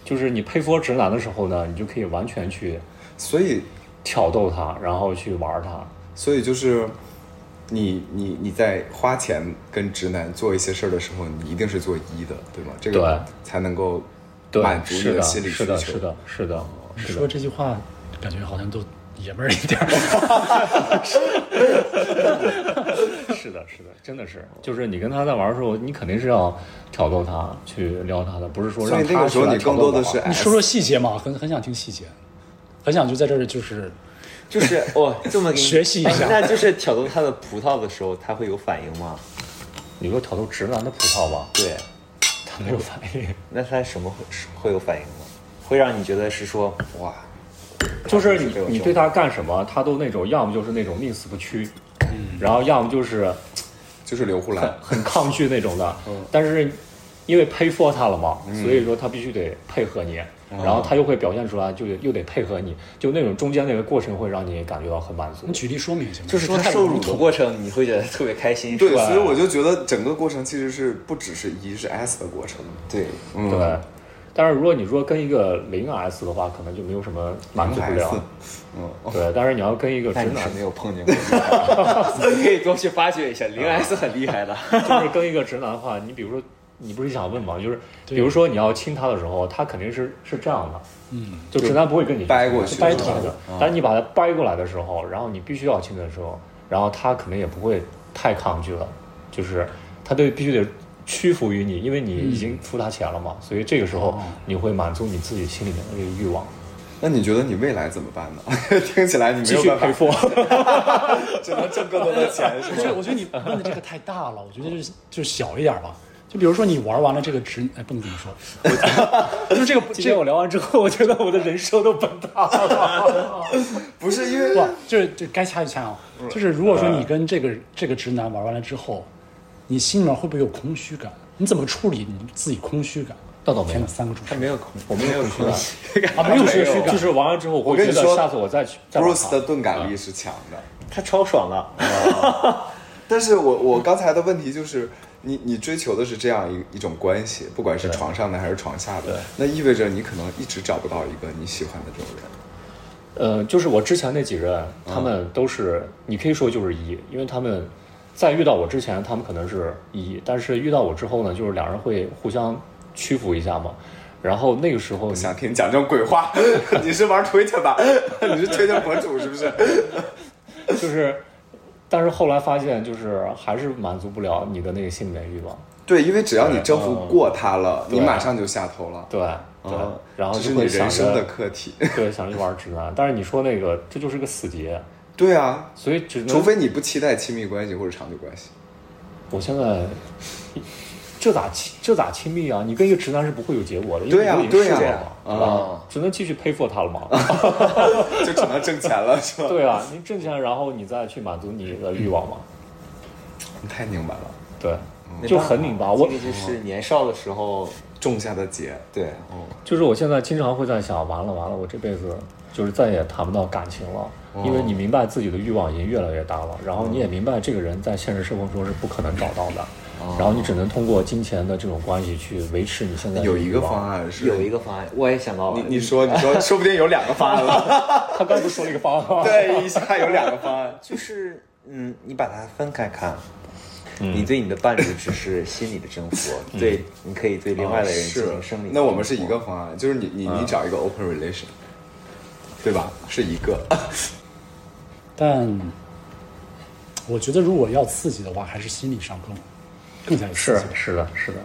Speaker 2: 就是你佩服直男的时候呢，你就可以完全去
Speaker 3: 所以
Speaker 2: 挑逗他，然后去玩他。
Speaker 3: 所以就是你你你在花钱跟直男做一些事儿的时候，你一定是做一的，对吗？这个
Speaker 2: 对
Speaker 3: 才能够
Speaker 2: 对
Speaker 3: 满，足你
Speaker 2: 是的，
Speaker 3: 心理需
Speaker 2: 是
Speaker 3: 求。
Speaker 2: 的，是的，是的，是
Speaker 4: 说
Speaker 2: 的。
Speaker 4: 这句话，感觉好像都爷们儿一点儿。
Speaker 2: <laughs> 是的，是的，真的是，就是你跟他在玩的时候，你肯定是要挑逗他，去撩他的，不是说
Speaker 3: 所
Speaker 2: 让
Speaker 3: 以
Speaker 2: 他
Speaker 3: 那个时候
Speaker 2: 去来
Speaker 3: 你
Speaker 2: 挑
Speaker 3: 更
Speaker 2: 逗
Speaker 3: 多的
Speaker 2: 我
Speaker 3: 是
Speaker 4: 你
Speaker 3: S，
Speaker 4: 说说细节嘛，很很想听细节，很想就在这儿就是
Speaker 1: <laughs> 就是哦，这么给你
Speaker 4: 学习一下
Speaker 1: 哎那就是挑逗他的葡萄的时候，他会有反应吗？
Speaker 2: 你说挑逗直男的葡萄吧，
Speaker 1: 对，
Speaker 2: 他没有反应。
Speaker 1: 那他什么会会有反应吗？会让你觉得是说
Speaker 3: 哇，
Speaker 2: <laughs> 就是你
Speaker 1: 这个
Speaker 2: 你对他干什么，他都那种，要么就是那种宁死不屈，
Speaker 3: 嗯
Speaker 2: 然后要么就是
Speaker 3: 就是刘胡
Speaker 2: <laughs>
Speaker 3: 兰，
Speaker 2: 很抗拒那种的。
Speaker 3: 嗯
Speaker 2: 但是因为配 for 他了嘛，所以说他必须得配合你，
Speaker 3: 嗯
Speaker 2: 然后他又会表现出来，就又得配合你，就那种中间那个过程会让你感觉到很满足
Speaker 4: 你。举例说明行吗？
Speaker 1: 就是他受辱的过程，你会觉得特别开心，
Speaker 3: 对，
Speaker 1: 是吧
Speaker 3: 所以我就觉得整个过程其实是不只是一是 S 的过程，
Speaker 1: 对，
Speaker 3: 嗯，
Speaker 2: 对。但是如果你说跟一个零 S 的话，可能就没有什么满足不了。
Speaker 3: S，嗯，
Speaker 2: 对，但是你要跟一个直
Speaker 1: 那你
Speaker 2: 男
Speaker 3: <laughs>
Speaker 1: 是，没有碰
Speaker 2: <laughs>
Speaker 1: 见过这个， <laughs> 你可以多去发掘一下，零 S 很厉 <laughs> 害的。
Speaker 2: 就是跟一个直男的话，你比如说，你不是想问吗？就是比如说你要亲他的时候，他肯定是是这样的，嗯，就直男不会跟你
Speaker 3: 掰过去
Speaker 2: 是掰
Speaker 3: 是
Speaker 2: 直
Speaker 3: 吧
Speaker 2: 的，但是你把他掰过来的时候，然后你必须要亲的时候，然后他可能也不会太抗拒了，就是他对必须得屈服于你，因为你已经付他钱了嘛，所以这个时候你会满足你自己心里面的这个欲望，
Speaker 3: 那你觉得你未来怎么办呢？ <laughs> 听起来你没
Speaker 2: 继
Speaker 3: 有
Speaker 2: 续
Speaker 3: 办
Speaker 2: 赔
Speaker 3: 法，
Speaker 2: 付。
Speaker 3: 只能挣更多的钱，
Speaker 4: <laughs>
Speaker 3: 是
Speaker 2: <laughs>
Speaker 4: 我觉
Speaker 3: 吧？
Speaker 4: 得，我觉得你问的这个太大了，我觉得就是就小一点儿吧。就比如说你玩完了这个直，哎，不能这么说， <laughs> 我就这个
Speaker 2: 今
Speaker 4: 这
Speaker 2: 天
Speaker 4: 个
Speaker 2: 我聊完之后，我
Speaker 3: <laughs>
Speaker 2: 觉得 <laughs> 我的人生都崩塌了。
Speaker 3: 不是因为
Speaker 4: 不，就是就该掐就掐啊。
Speaker 2: 嗯
Speaker 4: 就是如果说你跟这个这个直男玩完了之后，你心里面会不会有空虚感？你怎么处理你自己空虚感？
Speaker 2: 那倒没有
Speaker 4: 天哪，三个主持人
Speaker 1: 有空，
Speaker 2: 我没有去
Speaker 4: 啊，没有空虚感
Speaker 2: 就，是玩完之后，我
Speaker 3: 跟
Speaker 2: 觉
Speaker 3: 你
Speaker 2: 得
Speaker 3: 说
Speaker 2: 下次我再去。再玩
Speaker 3: Bruce
Speaker 2: 它
Speaker 3: 的钝感
Speaker 2: 嗯
Speaker 3: 力是强的，
Speaker 1: 他超爽的，
Speaker 3: 但是我我刚才的问题就是，你你追求的是这样一一种关系，不管是床上的还是床下的，那意味着你可能一直找不到一个你喜欢的这种人。
Speaker 2: 呃，就是我之前那几任，他们都是、你可以说就是一，因为他们在遇到我之前，他们可能是一，但是遇到我之后呢，就是两人会互相屈服一下嘛。然后那个时候
Speaker 3: 我
Speaker 2: 你，
Speaker 3: 想听你讲这种鬼 <laughs> 话，你是玩 Twitter 吧？ <laughs> 你是 Twitter 博主是不是？
Speaker 2: 就是，但是后来发现，就是还是满足不了你的那个心里面欲望。
Speaker 3: 对，因为只要你征服过他了，你马上就下头了。
Speaker 2: 对对，
Speaker 3: 嗯
Speaker 2: 然后
Speaker 3: 这是
Speaker 2: 就
Speaker 3: 你
Speaker 2: 会想
Speaker 3: 人生的
Speaker 2: 着
Speaker 3: 课题。
Speaker 2: 对想着玩直男，但是你说那个这就是个死结，
Speaker 3: 对啊，
Speaker 2: 所以只能
Speaker 3: 除非你不期待亲密关系或者长久关系。
Speaker 2: 我现在这咋亲这咋亲密啊？你跟一个直男是不会有结果的，因
Speaker 3: 对
Speaker 2: 为
Speaker 3: 呀
Speaker 2: 你都已经试过
Speaker 3: 对
Speaker 2: 了
Speaker 3: 呀啊
Speaker 2: 嘛，对吧？只能继续配 for 他了嘛。
Speaker 3: <laughs> 就只能挣钱了，是吧？
Speaker 2: 对啊，你挣钱，然后你再去满足你的欲望嘛。
Speaker 3: 你太明白了，
Speaker 2: 对，
Speaker 3: 嗯
Speaker 2: 就很拧巴。我
Speaker 1: 啊这个就是年少的时候，
Speaker 3: 种下的结。
Speaker 1: 对，
Speaker 2: 就是我现在经常会在想，完了完了，我这辈子就是再也谈不到感情了，
Speaker 3: 嗯
Speaker 2: 因为你明白自己的欲望已经越来越大了，然后你也明白这个人在现实生活中是不可能找到的，
Speaker 3: 嗯
Speaker 2: 然后你只能通过金钱的这种关系去维持你现在的
Speaker 3: 有一
Speaker 2: 欲
Speaker 3: 个
Speaker 2: 望
Speaker 3: 方案是
Speaker 1: 有一个方案，我也想到了
Speaker 3: 你，你说你 <laughs> 说，说不定有两个方案了。
Speaker 2: 他刚不是说了一个方案
Speaker 3: <laughs>
Speaker 2: 吗？
Speaker 3: 对，一下有两个方案。
Speaker 1: 就是嗯，你把它分开看。你对你的伴侣只是心理的征服，对，你可以对 <laughs> 另外的人进
Speaker 3: 哦是
Speaker 1: 行生理。
Speaker 3: 那我们是一个，方案，就是你你
Speaker 1: 嗯
Speaker 3: 你找一个 open relation，对吧？是一个。 <laughs>
Speaker 4: 但我觉得如果要刺激的话，还是心理上更更加有刺
Speaker 2: 是
Speaker 4: 激。
Speaker 2: 是的，是的。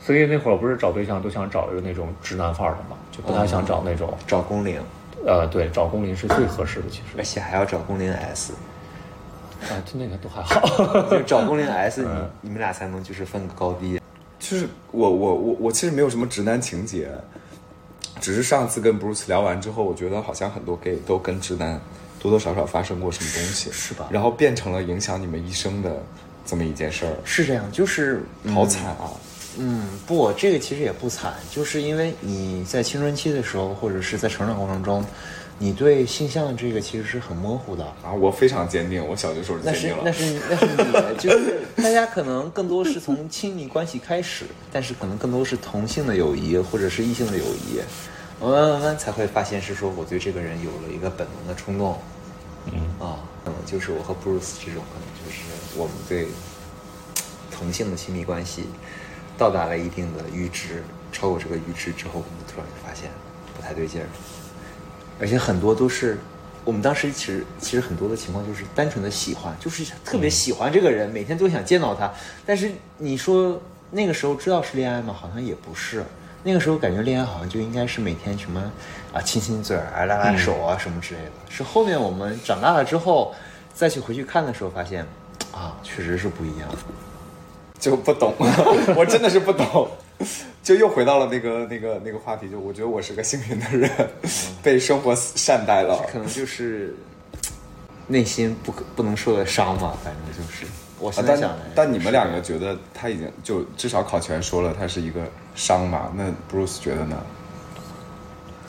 Speaker 2: 所以那会儿不是找对象都想找一个那种直男范儿的嘛，就不太想找那种、
Speaker 1: 找工龄，
Speaker 2: 呃，对，找工龄是最合适的。其实
Speaker 1: 而且还要找工龄 S，
Speaker 2: 啊，就那个都还好。
Speaker 1: 就是找工龄 S，你你们俩才能就是分个高低。
Speaker 3: 就是我我我我其实没有什么直男情节，只是上次跟 Bruce 聊完之后，我觉得好像很多 gay 都跟直男多多少少发生过什么东西，
Speaker 1: 是吧
Speaker 3: 然后变成了影响你们一生的这么一件事儿，
Speaker 1: 是这样，就是
Speaker 3: 好惨啊！
Speaker 1: 嗯，不，这个其实也不惨，就是因为你在青春期的时候，或者是在成长过程中，你对性向这个其实是很模糊的。
Speaker 3: 啊，我非常坚定，我小学时候就
Speaker 1: 那
Speaker 3: 坚
Speaker 1: 是
Speaker 3: 定
Speaker 1: 那
Speaker 3: 了。
Speaker 1: 是那是你的，就是大家可能更多是从亲密关系开始，但是可能更多是同性的友谊或者是异性的友谊，慢慢慢慢才会发现是说我对这个人有了一个本能的冲动，嗯啊，可能就是我和 Bruce 这种，可能就是我们对同性的亲密关系到达了一定的阈值，超过这个阈值之后，我们突然就发现不太对劲儿，而且很多都是我们当时其实其实很多的情况就是单纯的喜欢，就是特别喜欢这个人，每天都想见到他。但是你说那个时候知道是恋爱吗？好像也不是。那个时候感觉恋爱好像就应该是每天什么啊亲亲嘴儿啊拉拉手啊什么之类的。是后面我们长大了之后再去回去看的时候，发现啊确实是不一样。
Speaker 3: 就不懂， <laughs> 我真的是不懂，就又回到了那个那个那个话题，就我觉得我是个幸运的人，被生活善待了。
Speaker 1: 可能嗯就是内心不可不能受的伤吧，反正就是我
Speaker 3: 啊
Speaker 1: 现在
Speaker 3: 但
Speaker 1: 想来，
Speaker 3: 但你们两个觉得他已经就至少考全说了，他是一个伤嘛？那 Bruce 觉得呢？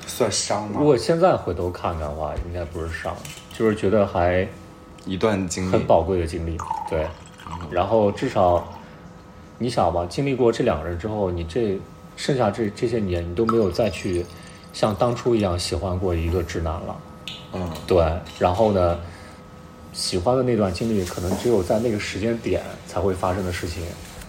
Speaker 3: 算伤吗
Speaker 2: <laughs> 如？果现在回头看看的话，应该不是伤，就是觉得还
Speaker 3: 一段经历
Speaker 2: 很，宝贵的经历，对。 <laughs> 然后至少，你想吧，经历过这两个人之后，你这剩下这这些年，你都没有再去像当初一样喜欢过一个直男了，
Speaker 1: 嗯
Speaker 2: 对。然后呢，喜欢的那段经历，可能只有在那个时间点才会发生的事情，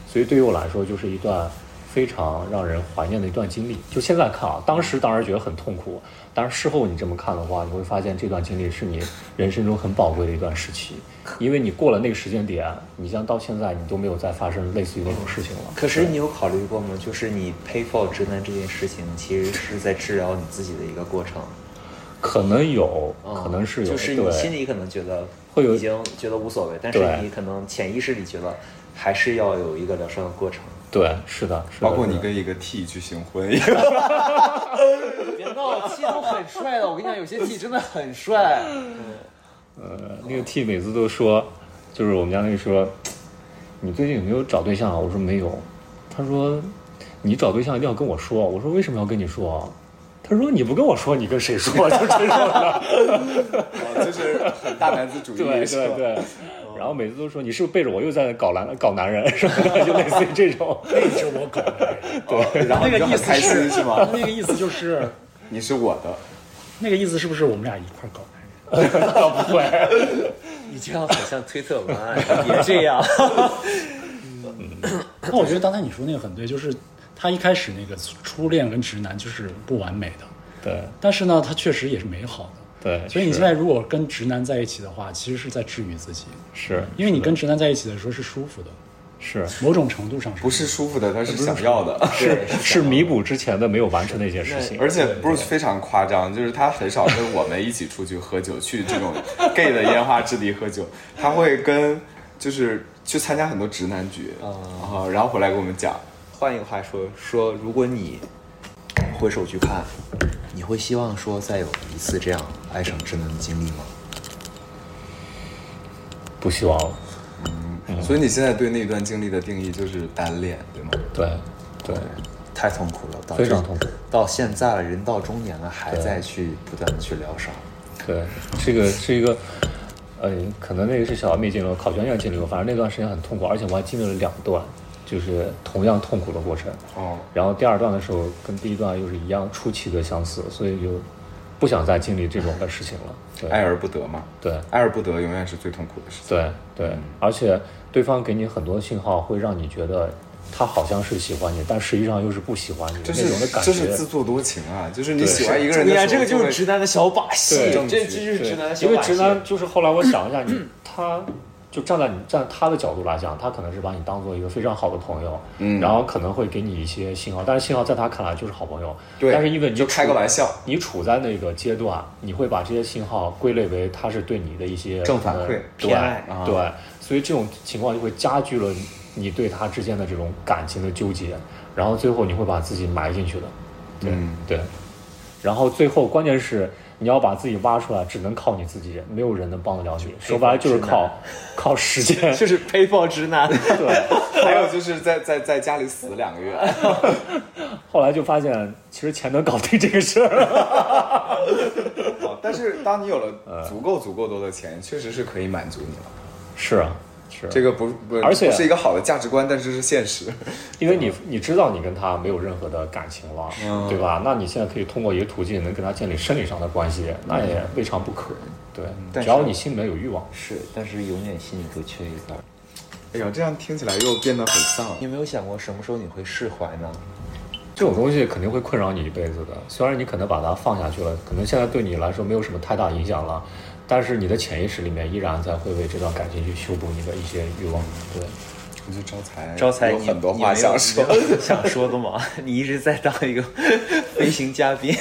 Speaker 2: 所以对于我来说，就是一段非常让人怀念的一段经历。就现在看啊，当时当然觉得很痛苦，但是事后你这么看的话，你会发现这段经历是你人生中很宝贵的一段时期，因为你过了那个时间点，你像到现在你都没有再发生类似于那种事情了。
Speaker 1: 可是你有考虑过吗？就是你 pay for 直男这件事情，其实是在治疗你自己的一个过程。
Speaker 2: 可能有，
Speaker 1: 嗯
Speaker 2: 可能是有，
Speaker 1: 就是你
Speaker 2: 对
Speaker 1: 心里可能觉得
Speaker 2: 会有
Speaker 1: 已经觉得无所谓，但是
Speaker 2: 对
Speaker 1: 你可能潜意识里觉得还是要有一个疗伤的过程。
Speaker 2: 对，是的，是的
Speaker 3: 包括
Speaker 2: 是
Speaker 3: 你
Speaker 2: 的
Speaker 3: 跟一个 T 去行婚， <laughs>
Speaker 1: 别闹，T 都很帅的，我跟你讲，有些 T 真的很帅。
Speaker 2: 呃，那个 T 每次都说，就是我们家那个说，你最近有没有找对象啊？我说没有。他说，你找对象一定要跟我说。我说为什么要跟你说啊？他说你不跟我说，你跟谁说？就这种的。
Speaker 3: 啊就是很大男子主义，
Speaker 2: 对
Speaker 3: 是吧
Speaker 2: 对嗯对。然后每次都说你是不是背着我又在搞男搞男人 <laughs> 什么的，就类似于这种。
Speaker 4: 那是我搞的。
Speaker 3: 对，哦然后你
Speaker 4: 那个
Speaker 3: 就
Speaker 4: 意
Speaker 3: 很
Speaker 4: 思
Speaker 3: 开心是
Speaker 2: <laughs>
Speaker 3: 吗？
Speaker 4: 那个意思就是，
Speaker 3: 你是我的，
Speaker 4: <laughs> 那个意思是不是我们俩一块儿搞的？
Speaker 2: 倒不会。
Speaker 1: 你这样很像推特文案，别这 <laughs> 样。
Speaker 4: <laughs> 那我觉得刚才你说那个很对，就是他一开始那个初恋跟直男就是不完美的，
Speaker 2: 对
Speaker 4: 但是呢，他确实也是美好的。
Speaker 2: 对。
Speaker 4: 所以你
Speaker 2: 是
Speaker 4: 现在如果跟直男在一起的话，其实是在治愈自己，
Speaker 2: 是
Speaker 4: 因为你跟直男在一起的时候是舒服的，
Speaker 2: 是
Speaker 4: 某种程度上是
Speaker 3: 不是舒服的，他是想要的。
Speaker 1: 是
Speaker 2: 是弥补之前的没有完成的一件事情。
Speaker 3: 而且 Bruce 非常夸张，就是他很少跟我们一起出去喝酒，去这种 gay 的烟花之地喝酒，他会跟就是去参加很多直男局啊，然后回来跟我们讲，
Speaker 1: 换一个话说，说如果你回首去看，你会希望说再有一次这样爱上直男的经历吗？
Speaker 2: 不希望了。
Speaker 3: 所以你现在对那段经历的定义就是单恋，对吗？
Speaker 2: 对对。
Speaker 1: 太痛苦了，到
Speaker 2: 非常
Speaker 1: 这
Speaker 2: 痛苦。
Speaker 1: 到现在了，人到中年了，还在去不断的去疗伤。
Speaker 2: 对，这个是一个，呃，可能那个是小安没经历过，考全院经历过，反正那段时间很痛苦，而且我还经历了两段，就是同样痛苦的过程。
Speaker 3: 哦，
Speaker 2: 然后第二段的时候跟第一段又是一样出奇的相似，所以就不想再经历这种的事情了。对，
Speaker 3: 爱而不得嘛，
Speaker 2: 对，
Speaker 3: 爱而不得永远是最痛苦的事情。
Speaker 2: 对对，
Speaker 3: 嗯
Speaker 2: 而且对方给你很多信号，会让你觉得他好像是喜欢你，但实际上又是不喜欢你
Speaker 3: 这
Speaker 2: 的那种的
Speaker 3: 是
Speaker 2: 感
Speaker 3: 这
Speaker 2: 觉。
Speaker 3: 是自作多情啊！就是你喜欢一个人
Speaker 1: 你
Speaker 3: 的时候
Speaker 1: 看，
Speaker 3: 会，
Speaker 1: 这个就是直男的小把戏，
Speaker 2: 对
Speaker 1: 这
Speaker 3: 证据
Speaker 1: 这就是直男的小
Speaker 2: 因为
Speaker 1: 把戏。
Speaker 2: 直男就是后来我想一
Speaker 1: <clears throat>
Speaker 2: 下，你他就站在你站他的角度来讲，他可能是把你当做一个非常好的朋友，
Speaker 3: 嗯
Speaker 2: 然后可能会给你一些信号，但是信号在他看来就是好朋友，
Speaker 3: 对，
Speaker 2: 但是因为你
Speaker 3: 就开个玩笑，
Speaker 2: 你处在那个阶段，你会把这些信号归类为他是对你的一些
Speaker 3: 正反馈
Speaker 2: 可能对
Speaker 1: 偏爱
Speaker 3: 啊
Speaker 2: 对，所以这种情况就会加剧了你对他之间的这种感情的纠结，然后最后你会把自己埋进去的，对、
Speaker 3: 嗯
Speaker 2: 对，然后最后关键是你要把自己挖出来，只能靠你自己，没有人能帮得了你，说白了就是靠靠时间，
Speaker 1: 就是 paypal 直男，
Speaker 2: 对。
Speaker 3: 还有就是在在在家里死两个月，
Speaker 2: 后来就发现，其实钱能搞定这个事儿。
Speaker 3: <laughs> 好啊但是当你有了足够足够多的钱，确实是可以满足你了。
Speaker 2: 是啊，是啊
Speaker 3: 这个不不，
Speaker 2: 而且
Speaker 3: 不是一个好的价值观，但是是现实。
Speaker 2: 因为你你知道你跟他没有任何的感情了，
Speaker 1: 嗯
Speaker 2: 对吧？那你现在可以通过一个途径能跟他建立生理上的关系，那也未尝不可。对，
Speaker 1: 嗯但
Speaker 2: 只要
Speaker 1: 是
Speaker 2: 你心里面有欲望，
Speaker 1: 是，但是永远心里都缺一半儿。
Speaker 3: 哎呦，这样听起来又变得很丧。
Speaker 1: 你有没有想过什么时候你会释怀呢？
Speaker 2: 这种东西肯定会困扰你一辈子的。虽然你可能把它放下去了，可能现在对你来说没有什么太大影响了，但是你的潜意识里面依然在会为这段感情去修补你的一些欲望。对，
Speaker 3: 我觉得招财，
Speaker 1: 招财
Speaker 3: 有
Speaker 1: 你
Speaker 3: 很多话想说。，
Speaker 1: 你 <laughs> 没有想说的吗？你一直在当一 <laughs> 个飞行嘉宾，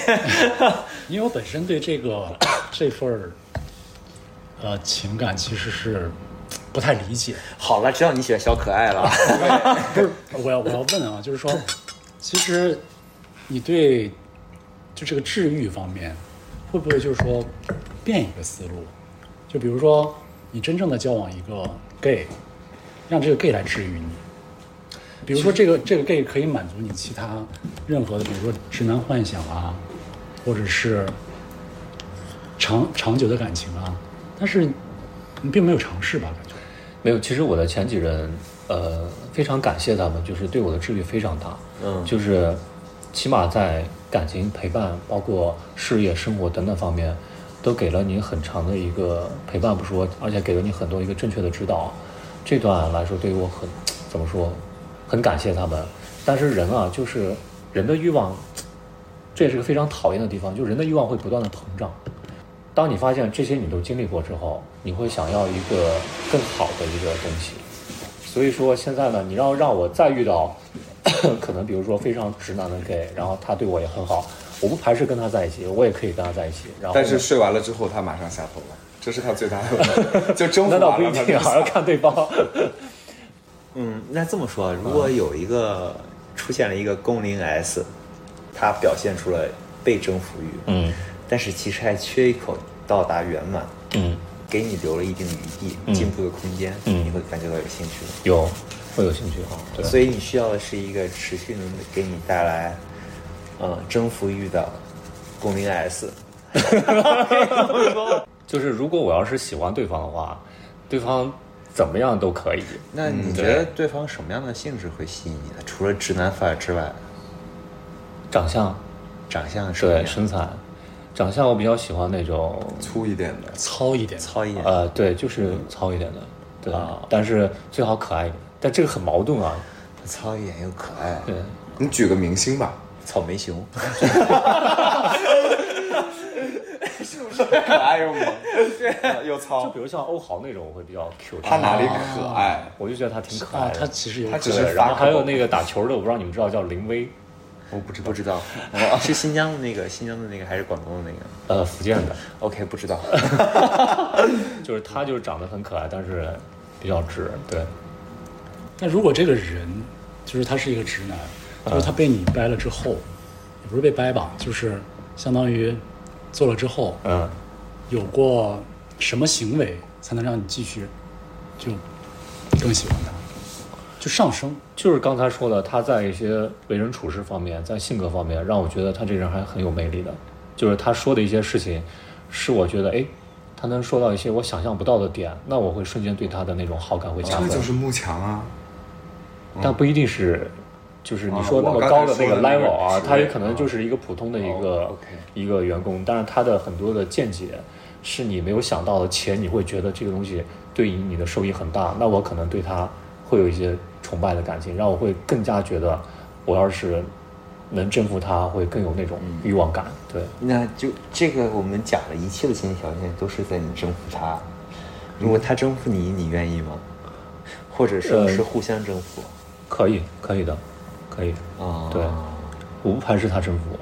Speaker 4: 因为我本身对这个这份儿呃情感其实是不太理解。
Speaker 1: 好了，知道你喜欢小可爱了。
Speaker 4: 不是，我要我要问啊，就是说，其实你对就这个治愈方面，会不会就是说变一个思路？就比如说，你真正的交往一个 gay，让这个 gay 来治愈你。比如说，这个这个 gay 可以满足你其他任何的，比如说直男幻想啊，或者是长长久的感情啊，但是你并没有尝试吧？感觉
Speaker 2: 没有，其实我的前几任，呃，非常感谢他们，就是对我的治愈非常大。
Speaker 1: 嗯
Speaker 2: 就是起码在感情陪伴，包括事业、生活等等方面，都给了你很长的一个陪伴不说，而且给了你很多一个正确的指导。这段来说，对于我很怎么说，很感谢他们。但是人啊，就是人的欲望，这也是个非常讨厌的地方，就是人的欲望会不断的膨胀。当你发现这些你都经历过之后，你会想要一个更好的一个东西。所以说现在呢，你要让我再遇到， <coughs> 可能比如说非常直男的 gay，然后他对我也很好，我不排斥跟他在一起，我也可以跟他在一起。然
Speaker 3: <laughs>
Speaker 2: 后
Speaker 3: 但是
Speaker 2: 呢
Speaker 3: 睡完了之后，他马上下头了，这是他最大的问题，就征服
Speaker 2: <laughs> 那
Speaker 3: 完
Speaker 2: 倒
Speaker 3: 了
Speaker 2: 不一
Speaker 3: 他
Speaker 2: 定，啊
Speaker 3: 就
Speaker 2: 还要看对方。
Speaker 1: <laughs> 嗯，那这么说，如果有一个出现了一个工龄 S，他表现出了被征服欲，
Speaker 2: 嗯
Speaker 1: 但是其实还缺一口到达圆满，
Speaker 2: 嗯，
Speaker 1: 给你留了一定余地、
Speaker 2: 嗯
Speaker 1: 进步的空间，
Speaker 2: 嗯
Speaker 1: 你会感觉到有兴趣吗？
Speaker 2: 有会有兴趣哈。对
Speaker 1: 所以你需要的是一个持续能给你带来，呃，征服欲的共鸣 S。
Speaker 2: 就是如果我要是喜欢对方的话，对方怎么样都可以。
Speaker 1: 那你觉得对方什么样的性质会吸引你
Speaker 2: 嗯
Speaker 1: 呢？除了直男范儿之外，
Speaker 2: 长相
Speaker 1: 长相是
Speaker 2: 对身材，长相我比较喜欢那种，
Speaker 3: 粗一点的。
Speaker 4: 糙一点，
Speaker 1: 糙一点，
Speaker 2: 呃，对，就是糙一点的，对，
Speaker 1: 啊
Speaker 2: 但是最好可爱一点。但这个很矛盾啊，
Speaker 1: 糙一点又可爱，
Speaker 2: 对，
Speaker 3: 你举个明星吧，
Speaker 1: 草莓
Speaker 2: <laughs>
Speaker 1: 熊。 <laughs>
Speaker 3: 可爱
Speaker 2: <laughs>
Speaker 3: 又萌，呃又
Speaker 2: 就
Speaker 3: 糙
Speaker 2: 哦比。如像欧豪那种，我会比较 Q
Speaker 3: 他哪里可爱？
Speaker 2: 我就觉得他挺可爱
Speaker 4: 啊，
Speaker 2: 的。
Speaker 4: 它其实有
Speaker 3: 他
Speaker 4: 可
Speaker 3: 只
Speaker 2: 对
Speaker 3: 是
Speaker 2: 然后
Speaker 3: 发
Speaker 2: 还有那个打球的，我不知道你们知道叫林威，
Speaker 1: 我不知道，不知 <laughs> 道，哦是新疆的那个，新疆的那个还是广东的那个
Speaker 2: 呃，福建的，
Speaker 1: ？OK，不知道。
Speaker 2: 就是他就是长得很可爱，但是比较直，对，
Speaker 4: 那如果这个人就是他是一个直男，就是他被你掰了之后，也不是被掰吧，就是相当于做了之后，
Speaker 2: 嗯。
Speaker 4: 有过什么行为才能让你继续就更喜欢他，就上升？
Speaker 2: 就是刚才说的，他在一些为人处事方面，在性格方面，让我觉得他这个人还很有魅力的。就是他说的一些事情，是我觉得哎，他能说到一些我想象不到的点，那我会瞬间对他的那种好感会
Speaker 3: 这
Speaker 2: 加
Speaker 3: 个
Speaker 2: 分，
Speaker 3: 就是慕强啊，
Speaker 2: 但不一定是。就是你说那么
Speaker 3: 啊我
Speaker 2: 高
Speaker 3: 刚才
Speaker 2: 的那
Speaker 3: 说
Speaker 2: 个
Speaker 3: 的那个
Speaker 2: level 啊，
Speaker 3: 职位
Speaker 2: 他也可能就是一个普通的一个
Speaker 1: 哦，OK
Speaker 2: 一个员工，但是他的很多的见解是你没有想到的，且你会觉得这个东西对于你的受益很大。那我可能对他会有一些崇拜的感情，让我会更加觉得，我要是能征服他，会更有那种欲望感。对，
Speaker 1: <laughs> 那就这个我们讲了一切的前提条件都是在你征服他，如果他征服你，你愿意吗？或者说
Speaker 2: 呃
Speaker 1: 是互相征服？
Speaker 2: 可以，可以的，可以。
Speaker 1: 啊、
Speaker 2: 对，我不排斥他征服我。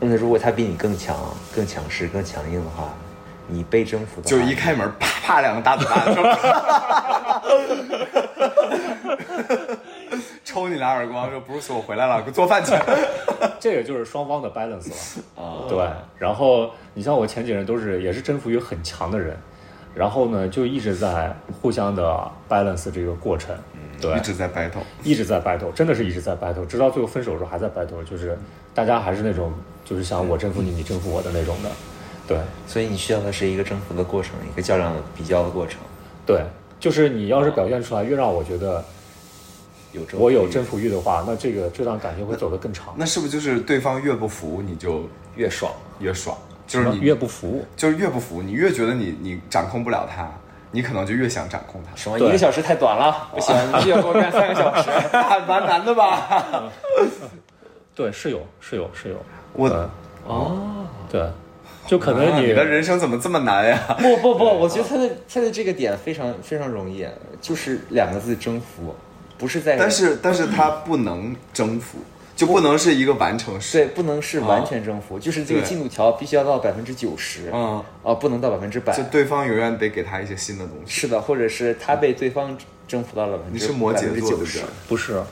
Speaker 1: 那如果他比你更强、更强势、更强硬的话，你被征服的
Speaker 3: 就
Speaker 1: 话
Speaker 3: 一开门啪啪两个大嘴巴子，说 <laughs> 抽你俩耳光，说 Bruce 我回来了，给我做饭去。
Speaker 2: 这个就是双方的 balance
Speaker 1: <laughs>
Speaker 2: 了。啊，对。然后你像我前几任都是也是征服欲很强的人，然后呢就一直在互相的 balance 这个过程，
Speaker 1: 嗯
Speaker 2: 对
Speaker 3: 一，直在 battle，
Speaker 2: 一直在 battle，真的是一直在 battle，直到最后分手的时候还在 battle，就是大家还是那种就是想我征服你，你征服我的那种的。对
Speaker 1: 所以你需要的是一个征服的过程，一个较量的比较的过程。
Speaker 2: 对，就是你要是表现出来越让我觉得
Speaker 1: 有征服
Speaker 2: 我有
Speaker 1: 欲
Speaker 2: 征服欲的话，那这个这段感情会走得更长，
Speaker 3: 那是不是就是对方越不服你就
Speaker 2: 越爽，
Speaker 3: 越爽？就是你
Speaker 2: 越不服。
Speaker 3: 就是越不服，你越觉得你你掌控不了他，你可能就越想掌控他。 <laughs>
Speaker 1: 什么一
Speaker 2: 对
Speaker 1: 个小时太短了，不行，你必须要给我干三个小时，蛮难的吧？
Speaker 2: 对，是有是有是有，
Speaker 3: 我
Speaker 2: 呃对，就可
Speaker 3: 啊
Speaker 2: 能
Speaker 3: 你
Speaker 2: 你
Speaker 3: 的人生怎么这么难呀？
Speaker 1: 不不不，我觉得他的他的这个点非常非常容易，就是两个字征服，不是在
Speaker 3: 但是但是他不能征服，就不能是一个完成式。
Speaker 1: 对，不能是完全征服，就是这个
Speaker 3: 啊对
Speaker 1: 进度条必须要到百分之九十，
Speaker 3: 嗯，
Speaker 1: 啊，不能到百分之百
Speaker 3: 就。对方永远得给他一些新的东西。
Speaker 1: 是的，或者是他被对方征服到了百分
Speaker 3: 你
Speaker 1: 之
Speaker 3: 是摩
Speaker 1: 百
Speaker 3: 羯
Speaker 1: 分之
Speaker 3: 座对
Speaker 1: 九
Speaker 3: 不
Speaker 1: 十
Speaker 3: 对，？
Speaker 2: 不是，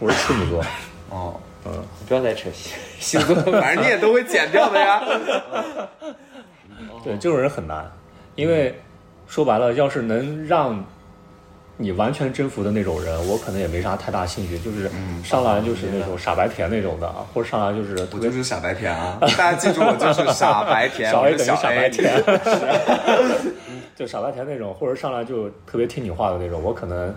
Speaker 2: 我是处女座，
Speaker 3: 哦，
Speaker 1: 不要再扯星星座
Speaker 3: 反正你也都会减掉的呀。
Speaker 2: <laughs> 对，这种人很难，因为说白了，要是能让你完全征服的那种人，我可能也没啥太大兴趣，就是上来就是那种傻嗯白甜那种的，啊或者上来就是特
Speaker 3: <laughs> 我
Speaker 2: 别
Speaker 3: 就是傻白甜啊！ <laughs> 大家记住，我就是傻白 <laughs> 甜，
Speaker 2: 小
Speaker 3: 我
Speaker 2: A
Speaker 3: 是
Speaker 2: 等于
Speaker 3: 小
Speaker 2: 傻白
Speaker 3: A。
Speaker 2: 甜，就傻白甜那种，或者上来就特别听你话的那种，我可能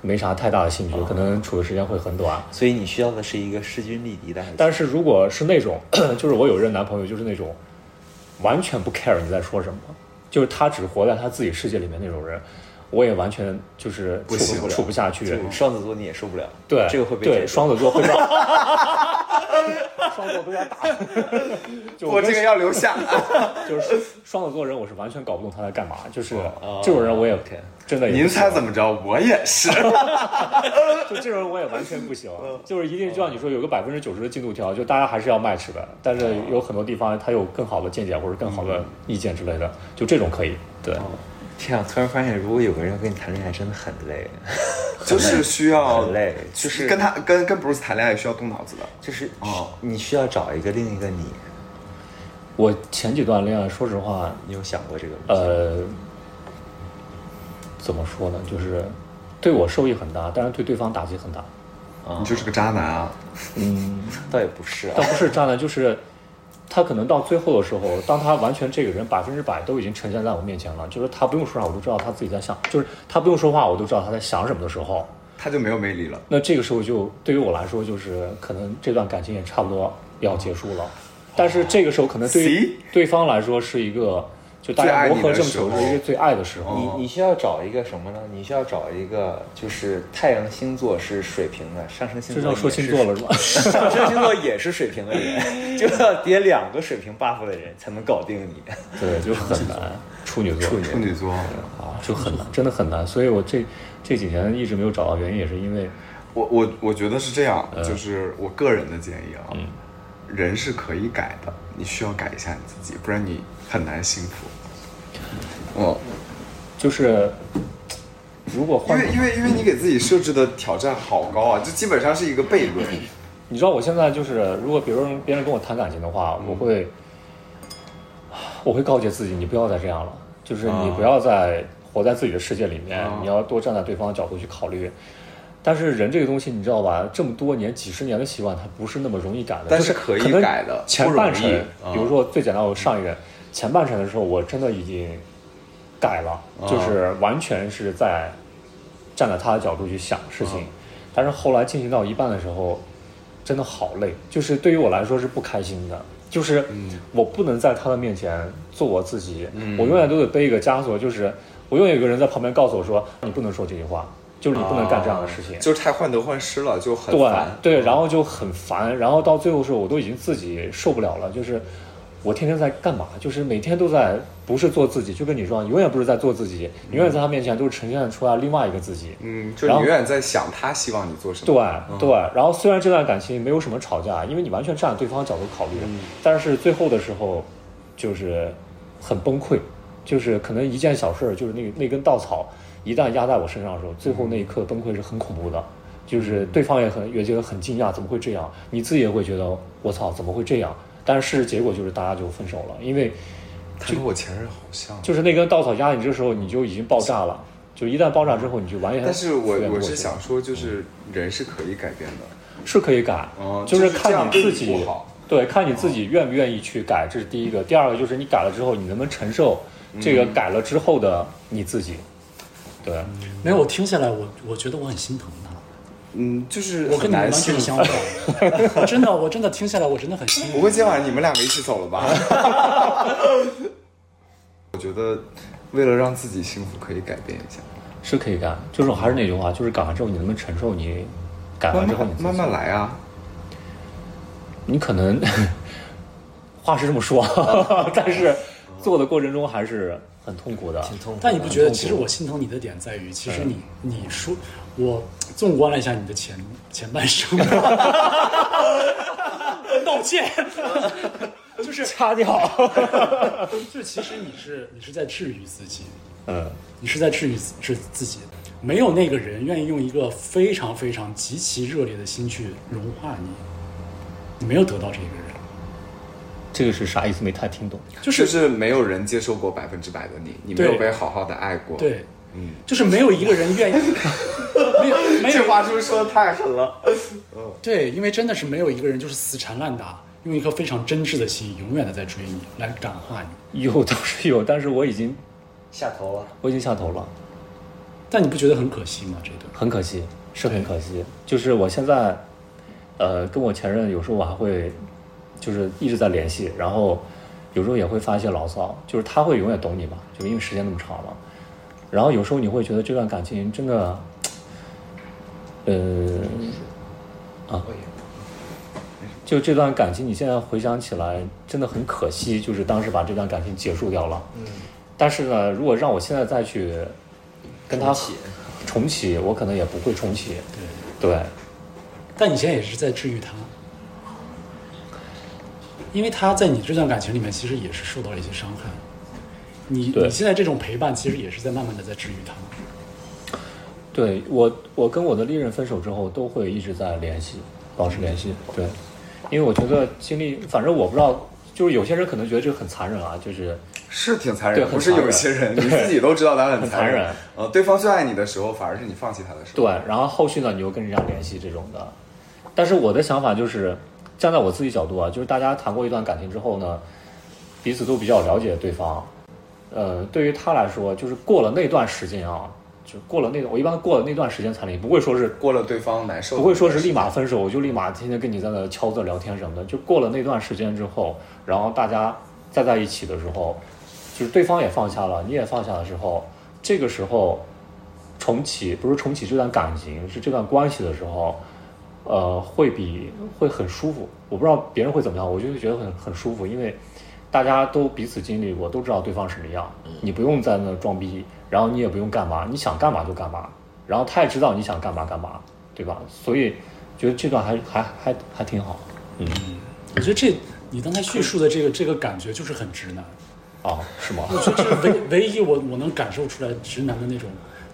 Speaker 2: 没啥太大的兴趣，可能处的时间会很短。
Speaker 1: 所以你需要的是一个势均力敌的爱情。
Speaker 2: 但是如果是那种， <clears throat> 就是我有一任男朋友，就是那种完全不 care 你在说什么，就是他只活在他自己世界里面那种人，我也完全就是
Speaker 3: 不
Speaker 2: 处
Speaker 3: 行
Speaker 2: 处不下去
Speaker 1: 这。个双子座你也受不了，
Speaker 2: 对，
Speaker 1: 这个会被
Speaker 2: 对
Speaker 1: 解
Speaker 2: 双子座
Speaker 1: <laughs>
Speaker 2: 会让
Speaker 1: 双子座都要 <laughs> 打。
Speaker 2: 就
Speaker 3: 我
Speaker 2: 我
Speaker 3: 这个要留下。
Speaker 2: 就是双子座人，我是完全搞不懂他在干嘛。就是这种人，我也
Speaker 1: 哦 OK
Speaker 2: 真的
Speaker 3: <laughs>
Speaker 2: 也
Speaker 3: 您
Speaker 2: 不行
Speaker 3: 猜怎么着？我也 <laughs> 是。
Speaker 2: <laughs> 就这种人我也完全不行，就是一定就像你说有个百分之九十的进度条，就大家还是要 match 的，但是有很多地方他有更好的见解或者更好的意见之类的，就这种可以，对，
Speaker 1: 天啊！突然发现，如果有个人要跟你谈恋爱，真的很累，
Speaker 3: 就是需
Speaker 1: <laughs>
Speaker 3: 要
Speaker 1: 很累就是
Speaker 3: 跟他跟跟 Bruce 谈恋爱需要动脑子的。
Speaker 1: 就是
Speaker 3: 哦
Speaker 1: 你需要找一个另一个你。
Speaker 2: 我前几段恋爱，说实话，
Speaker 1: 你有想过这个问题？
Speaker 2: 呃，怎么说呢，就是对我受益很大，但是对对方打击很大。
Speaker 1: 啊
Speaker 3: 你就是个渣男啊！
Speaker 1: 倒也不是啊
Speaker 2: 倒，不是渣男，就是他可能到最后的时候，当他完全这个人百分之百都已经呈现在我面前了，就是他不用说话，我都知道他自己在想，就是他不用说话，我都知道他在想什么的时候，
Speaker 3: 他就没有魅力了。
Speaker 2: 那这个时候就对于我来说，就是可能这段感情也差不多要结束了。但是这个时候，可能对于
Speaker 3: See？
Speaker 2: 对方来说是一个，就大
Speaker 3: 最爱
Speaker 2: 家
Speaker 3: 你
Speaker 2: 磨合
Speaker 3: 的
Speaker 2: 正
Speaker 3: 时
Speaker 2: 求
Speaker 3: 候嗯
Speaker 2: 是一个最爱的时候。
Speaker 1: 你你需要找一个什么呢？你需要找一个就是太阳星座是水瓶的，上升星
Speaker 2: 这
Speaker 1: 座
Speaker 2: 要说
Speaker 1: 也是
Speaker 2: 星座了是吧？
Speaker 1: <laughs> 上升星座也是水瓶的人，就要叠两个水瓶 buff 的人才能搞定你。
Speaker 2: 对，就很难。处女座，
Speaker 3: 处女座，
Speaker 1: 嗯
Speaker 2: 啊，就很难，真的很难。所以我这这几年一直没有找到原因，也是因为
Speaker 3: 我我我觉得是这样，
Speaker 1: 嗯
Speaker 3: 就是我个人的建议啊，人是可以改的，你需要改一下你自己，不然你很难幸福。嗯，
Speaker 2: 就是如果
Speaker 3: 因
Speaker 2: 换
Speaker 3: 为因为因为你给自己设置的挑战好高啊，这基本上是一个悖论。
Speaker 2: 你知道我现在就是，如果比如说别人跟我谈感情的话，
Speaker 3: 嗯
Speaker 2: 我会，我会告诫自己，你不要再这样了，就是
Speaker 3: 啊
Speaker 2: 你不要再活在自己的世界里面，你要多站在对方的角度去考虑。但是人这个东西，你知道吧？这么多年、几十年的习惯，它不是那么容易改的。
Speaker 3: 但
Speaker 2: 就是是
Speaker 3: 可以
Speaker 2: 能
Speaker 3: 改的
Speaker 2: 前
Speaker 3: 不容
Speaker 2: 半程
Speaker 3: 易，啊嗯
Speaker 2: 比如说最简单，我上一任前半程的时候，我真的已经改了，
Speaker 3: 啊
Speaker 2: 就是完全是在站在他的角度去想事
Speaker 3: 啊
Speaker 2: 情。但是后来进行到一半的时候，真的好累，就是对于我来说是不开心的，就是
Speaker 3: 嗯
Speaker 2: 我不能在他的面前做我自己，我永远都得背一个枷锁，就是我永远有个人在旁边告诉我说，你不能说这句话，就是你不能干这样的事情。
Speaker 3: 哦就是太患得患失了，就很
Speaker 2: 对
Speaker 3: 烦。
Speaker 2: 对，然后就很烦，然后到最后的时候，我都已经自己受不了了，就是我天天在干嘛？就是每天都在不是做自己，就跟你说，永远不是在做自己，永远在他面前都是呈现出来另外一个自己。
Speaker 3: 嗯，就你
Speaker 2: 然后
Speaker 3: 永远在想他希望你做什么。
Speaker 2: 对对，
Speaker 3: 嗯
Speaker 2: 然后虽然这段感情没有什么吵架，因为你完全站在对方角度考虑，
Speaker 3: 嗯
Speaker 2: 但是最后的时候就是很崩溃，就是可能一件小事儿，就是那个那根稻草一旦压在我身上的时候，最后那一刻崩溃是很恐怖的，就是
Speaker 3: 嗯
Speaker 2: 对方也很也觉得很惊讶，怎么会这样？你自己也会觉得我操，怎么会这样？但是事实结果就是大家就分手了，因为
Speaker 3: 他跟我前任好像。
Speaker 2: 就是那根稻草压你这时候你就已经爆炸了，就一旦爆炸之后你就完全
Speaker 3: 但是
Speaker 2: 复
Speaker 3: 我
Speaker 2: 原
Speaker 3: 我
Speaker 2: 过
Speaker 3: 是
Speaker 2: 去
Speaker 3: 想说，就是人是可以改变的。
Speaker 2: 是可以改，
Speaker 3: 哦，
Speaker 2: 就是是
Speaker 3: 这
Speaker 2: 看
Speaker 3: 样
Speaker 2: 你
Speaker 3: 对
Speaker 2: 自
Speaker 3: 不
Speaker 2: 己
Speaker 3: 好。哦
Speaker 2: 对，看你自己愿不愿意去改，这是第一个。第二个就是你改了之后，你能不能承受
Speaker 3: 嗯
Speaker 2: 这个改了之后的你自己？对，
Speaker 4: 没有，我听下来，我我觉得我很心疼他。
Speaker 3: 嗯，就是
Speaker 4: 我跟
Speaker 3: 很
Speaker 4: 你们
Speaker 3: 难
Speaker 4: 完
Speaker 3: 信。
Speaker 4: 全相反，真的，我真的听下来，我真的很心
Speaker 3: 不
Speaker 4: 疼。
Speaker 3: 会今晚你们两个一起走了吧？我觉得为了让自己幸福，可以改变一下，
Speaker 2: 是可以干。就是我还是那句话，就是改完之后你能不能承受你改
Speaker 3: 慢
Speaker 2: 完之后你
Speaker 3: 慢
Speaker 2: 自己
Speaker 3: 慢慢来啊。
Speaker 2: 你可能 <laughs> 话是这么说， <laughs> 但是做的过程中还是很痛苦的。
Speaker 5: 挺痛苦的。
Speaker 4: 但你不觉得，其实我心疼你的点在于，其实你你说，我纵观了一下你的前前半生， <laughs> 道歉，就是
Speaker 2: 擦掉。
Speaker 4: 就其实你是你是在治愈自己，
Speaker 2: 嗯，
Speaker 4: 你是在治愈自治自己。没有那个人愿意用一个非常非常极其热烈的心去融化你，你没有得到这个人，
Speaker 2: 这个是啥意思？没太听懂。
Speaker 4: 就是
Speaker 3: 就是没有人接受过百分之百的你，你没
Speaker 4: 对
Speaker 3: 有被好好的爱过。，
Speaker 4: 对，就是没有一个人愿意，没有没有
Speaker 3: 这话是不是说的太狠了？
Speaker 4: 对，因为真的是没有一个人就是死缠烂打，用一颗非常真挚的心，永远的在追你，来感化你。
Speaker 2: 有倒是有，但是我已经
Speaker 5: 下头了？
Speaker 2: 我已经下头了，
Speaker 4: 但你不觉得很可惜吗？这一段
Speaker 2: 很可惜，是很可惜。就是我现在，呃，跟我前任有时候我还会，就是一直在联系，然后有时候也会发一些牢骚，就是他会永远懂你嘛，就是因为时间那么长了。然后有时候你会觉得这段感情真的，呃，啊，就这段感情，你现在回想起来真的很可惜，就是当时把这段感情结束掉了。嗯。但是呢，如果让我现在再去跟他
Speaker 5: 重启
Speaker 2: 重启，我可能也不会重启。对。对。
Speaker 4: 但你现在也是在治愈他，因为他在你这段感情里面其实也是受到了一些伤害。你
Speaker 2: 对
Speaker 4: 你现在这种陪伴，其实也是在慢慢的在治愈他。
Speaker 2: 对我，我跟我的历任分手之后，都会一直在联系，保持联系。对，因为我觉得经历，反正我不知道，就是有些人可能觉得这个很残忍啊，就是
Speaker 3: 是挺残
Speaker 2: 对
Speaker 3: 忍，
Speaker 2: 很
Speaker 3: 不是
Speaker 2: 残
Speaker 3: 有
Speaker 2: 忍
Speaker 3: 一些
Speaker 2: <laughs>
Speaker 3: 人你自己都知道他很
Speaker 2: 很
Speaker 3: 残
Speaker 2: 残
Speaker 3: 忍
Speaker 2: 忍。
Speaker 3: 呃，对方最爱你的时候，反而是你放弃他的时候。
Speaker 2: 对，然后后续呢，你又跟人家联系这种的。但是我的想法就是，站在我自己角度啊，就是大家谈过一段感情之后呢，彼此都比较了解对方。呃，对于他来说，就是过了那段时间啊，就过了那段，我一般过了那段时间才离，不会说是
Speaker 3: 过了对方难受，
Speaker 2: 不会说是立马分手，我就立马天天跟你在那敲字聊天什么的。就过了那段时间之后，然后大家再在一起的时候，就是对方也放下了，你也放下的时候，这个时候重启不是重启这段感情，是这段关系的时候，呃，会比会很舒服。我不知道别人会怎么样，我就会觉得很很舒服，因为大家都彼此经历过，都知道对方什么样，
Speaker 3: 嗯
Speaker 2: 你不用在那装逼，然后你也不用干嘛，你想干嘛就干嘛，然后他也知道你想干嘛干嘛，对吧？所以觉得这段还还还还挺好
Speaker 4: 我觉得这你刚才叙述的这个这个感觉就是很直男，
Speaker 2: 啊，是吗？
Speaker 4: 我觉得这是唯唯一我我能感受出来直男的那种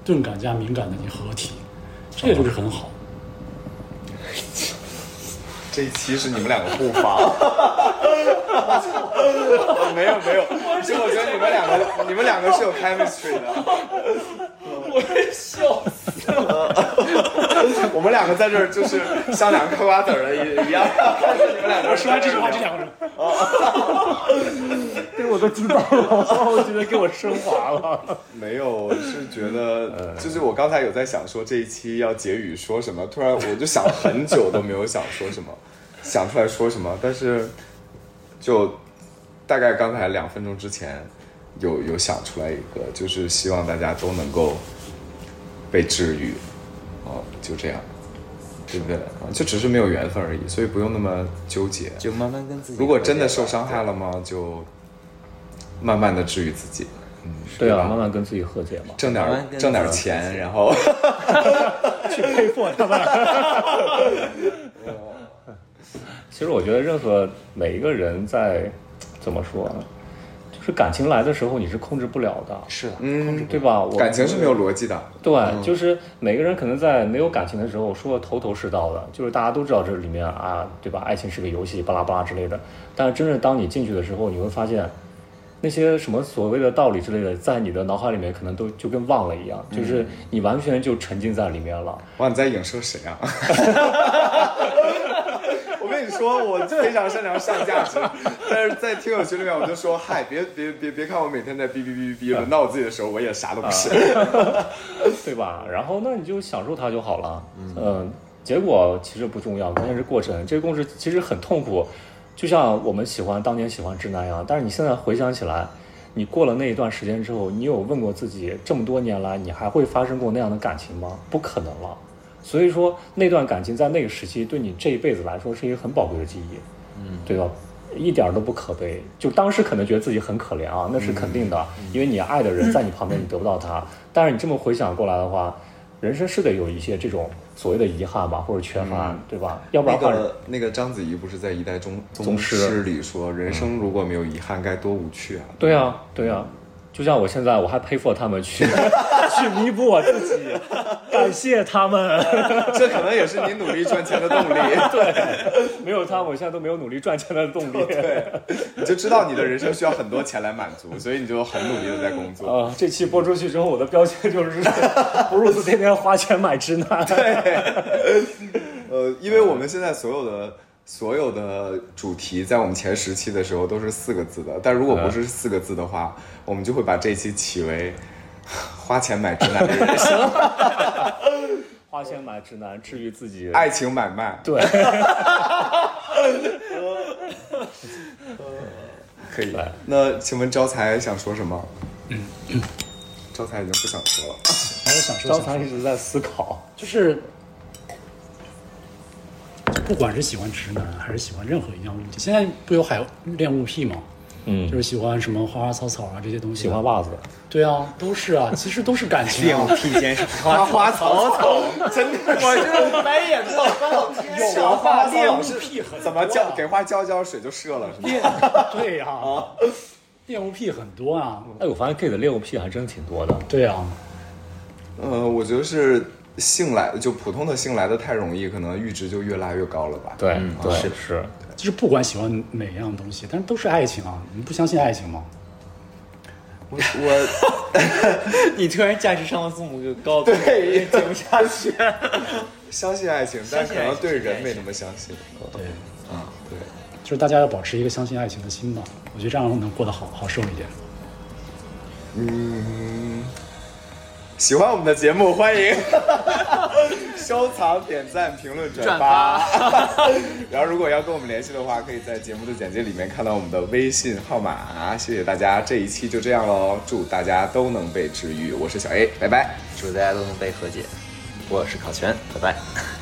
Speaker 4: 钝感加敏感的合体，这个就是很好。
Speaker 3: 这一期是你们两个互发。 <laughs> 没有没有，就我觉得你们两个，你们两个是有 chemistry 的。
Speaker 5: 笑死！
Speaker 3: <laughs> 我们两个在这儿就是像两个嗑瓜子儿的一一样，看着你们两个
Speaker 4: 说完这句话，这两个人
Speaker 2: 对，我都知道了，我觉得给我升华了。
Speaker 3: 没有，是觉得就是我刚才有在想说这一期要结语说什么，突然我就想了很久都没有想说什么， <laughs> 想出来说什么，但是就大概刚才两分钟之前有有想出来一个，就是希望大家都能够被治愈，哦，就这样，对不对？啊就只是没有缘分而已，所以不用那么纠结。
Speaker 1: 就慢慢跟自己。
Speaker 3: 如果真的受伤害了嘛，就慢慢的治愈自己。
Speaker 2: <laughs> 对啊，慢慢跟自己和解嘛，
Speaker 3: 挣点
Speaker 1: 慢慢跟
Speaker 3: 儿挣点儿
Speaker 1: 自己
Speaker 3: 钱，然后
Speaker 2: 去配货他们。其实我觉得，任何每一个人在怎么说呢，就是感情来的时候，你是控制不了的，
Speaker 4: 是
Speaker 1: 啊
Speaker 3: <laughs>
Speaker 4: 的，
Speaker 3: 嗯，
Speaker 2: 对吧？我
Speaker 3: 感情是没有逻辑的。
Speaker 2: 对，就是每个人可能在没有感情的时候说的头头是道的，就是大家都知道这里面啊，对吧？爱情是个游戏，巴拉巴拉之类的。但是真正当你进去的时候，你会发现，那些什么所谓的道理之类的，在你的脑海里面可能都就跟忘了一样，就是你完全就沉浸在里面了。
Speaker 3: <laughs> 哇，你在影射谁啊？我跟你说，说我非常擅长上价值，但是在听友群里面我就说，嗨，别别别别看我每天在哔哔哔哔哔，轮到我自己的时候我也啥都不
Speaker 2: 啊
Speaker 3: 是。
Speaker 2: 对吧？然后那你就享受它就好了。嗯、结果其实不重要，关键是过程。这个过程其实很痛苦，就像我们喜欢当年喜欢直男一样。但是你现在回想起来，你过了那一段时间之后，你有问过自己，这么多年来你还会发生过那样的感情吗？不可能了。所以说，那段感情在那个时期对你这一辈子来说是一个很宝贵的记忆。
Speaker 3: 嗯
Speaker 2: 对吧？一点儿都不可悲，就当时可能觉得自己很可怜啊，那
Speaker 3: 嗯
Speaker 2: 是肯定的，因为你爱的人在你旁边，你得不到他。但是你这么回想过来的话，人生是得有一些这种所谓的遗憾吧，或者缺憾，对吧？要不
Speaker 3: 嗯那
Speaker 2: 然的话，
Speaker 3: 个那个章子怡不是在《一代宗
Speaker 2: 宗师
Speaker 3: 师》里说，人生如果没有遗憾，该多无趣啊！
Speaker 2: 对啊，对啊，就像我现在，我还佩服他
Speaker 3: <laughs>
Speaker 2: 们去去弥补我自己，感谢他们。 <laughs>
Speaker 3: 这可能也是你努力赚钱的动力。
Speaker 2: 没有他，我现在都没有努力赚钱的动
Speaker 3: <laughs>
Speaker 2: 力。
Speaker 3: 你就知道你的人生需要很多钱来满足，所以你就很努力的在工作。
Speaker 2: 啊，这期播出去之后，我的标签就是 <laughs> Bruce 天天花钱买直男。
Speaker 3: 呃，因为我们现在所有的所有的主题，在我们前十期的时候都是四个字的，但如果不是四个字的话，我们就会把这一期起为花钱买直男的 <laughs> 人生
Speaker 2: 花钱买直男，治愈自己。
Speaker 3: 爱情买卖。
Speaker 2: 对，
Speaker 3: 可以
Speaker 2: 对。
Speaker 3: 那请问招财想说什么？招财已经不想说 <laughs> 了。
Speaker 4: 我想说
Speaker 2: 招
Speaker 4: 想说
Speaker 2: 财一直在思考。
Speaker 4: 就是，不管是喜欢直男还是喜欢任何一样物体，现在不有海恋物癖吗？
Speaker 2: 嗯
Speaker 4: 就是喜欢什么花花草草啊这些东西。
Speaker 2: 喜欢？袜子，
Speaker 4: 对啊，都是啊，其实都是感情、
Speaker 1: 练
Speaker 4: 啊
Speaker 1: 武。披肩是
Speaker 3: <laughs> 花花草草， <laughs> 真的，我
Speaker 5: 这白眼子，
Speaker 3: 有文化练物癖怎么浇给花浇浇水就射了是 <laughs> 吗？
Speaker 4: 恋 <laughs> 对呀、啊，恋物癖很多啊。
Speaker 2: 哎，我发现 gay 的恋物癖还真挺多的。
Speaker 4: 对啊，
Speaker 3: 呃，我觉得是性来就普通的性来的太容易，可能阈值就越拉越高了吧？，
Speaker 2: 对，对，嗯是
Speaker 4: 就是不管喜欢哪样东西，但是都是爱情啊。你不相信爱情吗？
Speaker 3: 我我
Speaker 5: 你突然价值上了字母个高，对，讲不下
Speaker 1: <laughs>
Speaker 5: 去。
Speaker 3: 相信爱情，但
Speaker 5: 相
Speaker 3: 可
Speaker 5: 信爱情
Speaker 3: 能对人没那么相信。
Speaker 4: 对，
Speaker 3: 啊，对，
Speaker 4: 就是大家要保持一个相信爱情的心吧。我觉得这样能过得好好受一点。
Speaker 3: 喜欢我们的节目，
Speaker 5: <laughs>
Speaker 3: 欢迎收藏、点赞、评论、转发。 <laughs> 然后，如果要跟我们联系的话，可以在节目的简介里面看到我们的微信号码。谢谢大家，这一期就这样喽，祝大家都能被治愈。我是小 A，拜拜。
Speaker 1: 祝大家都能被和解。我是烤全，拜拜。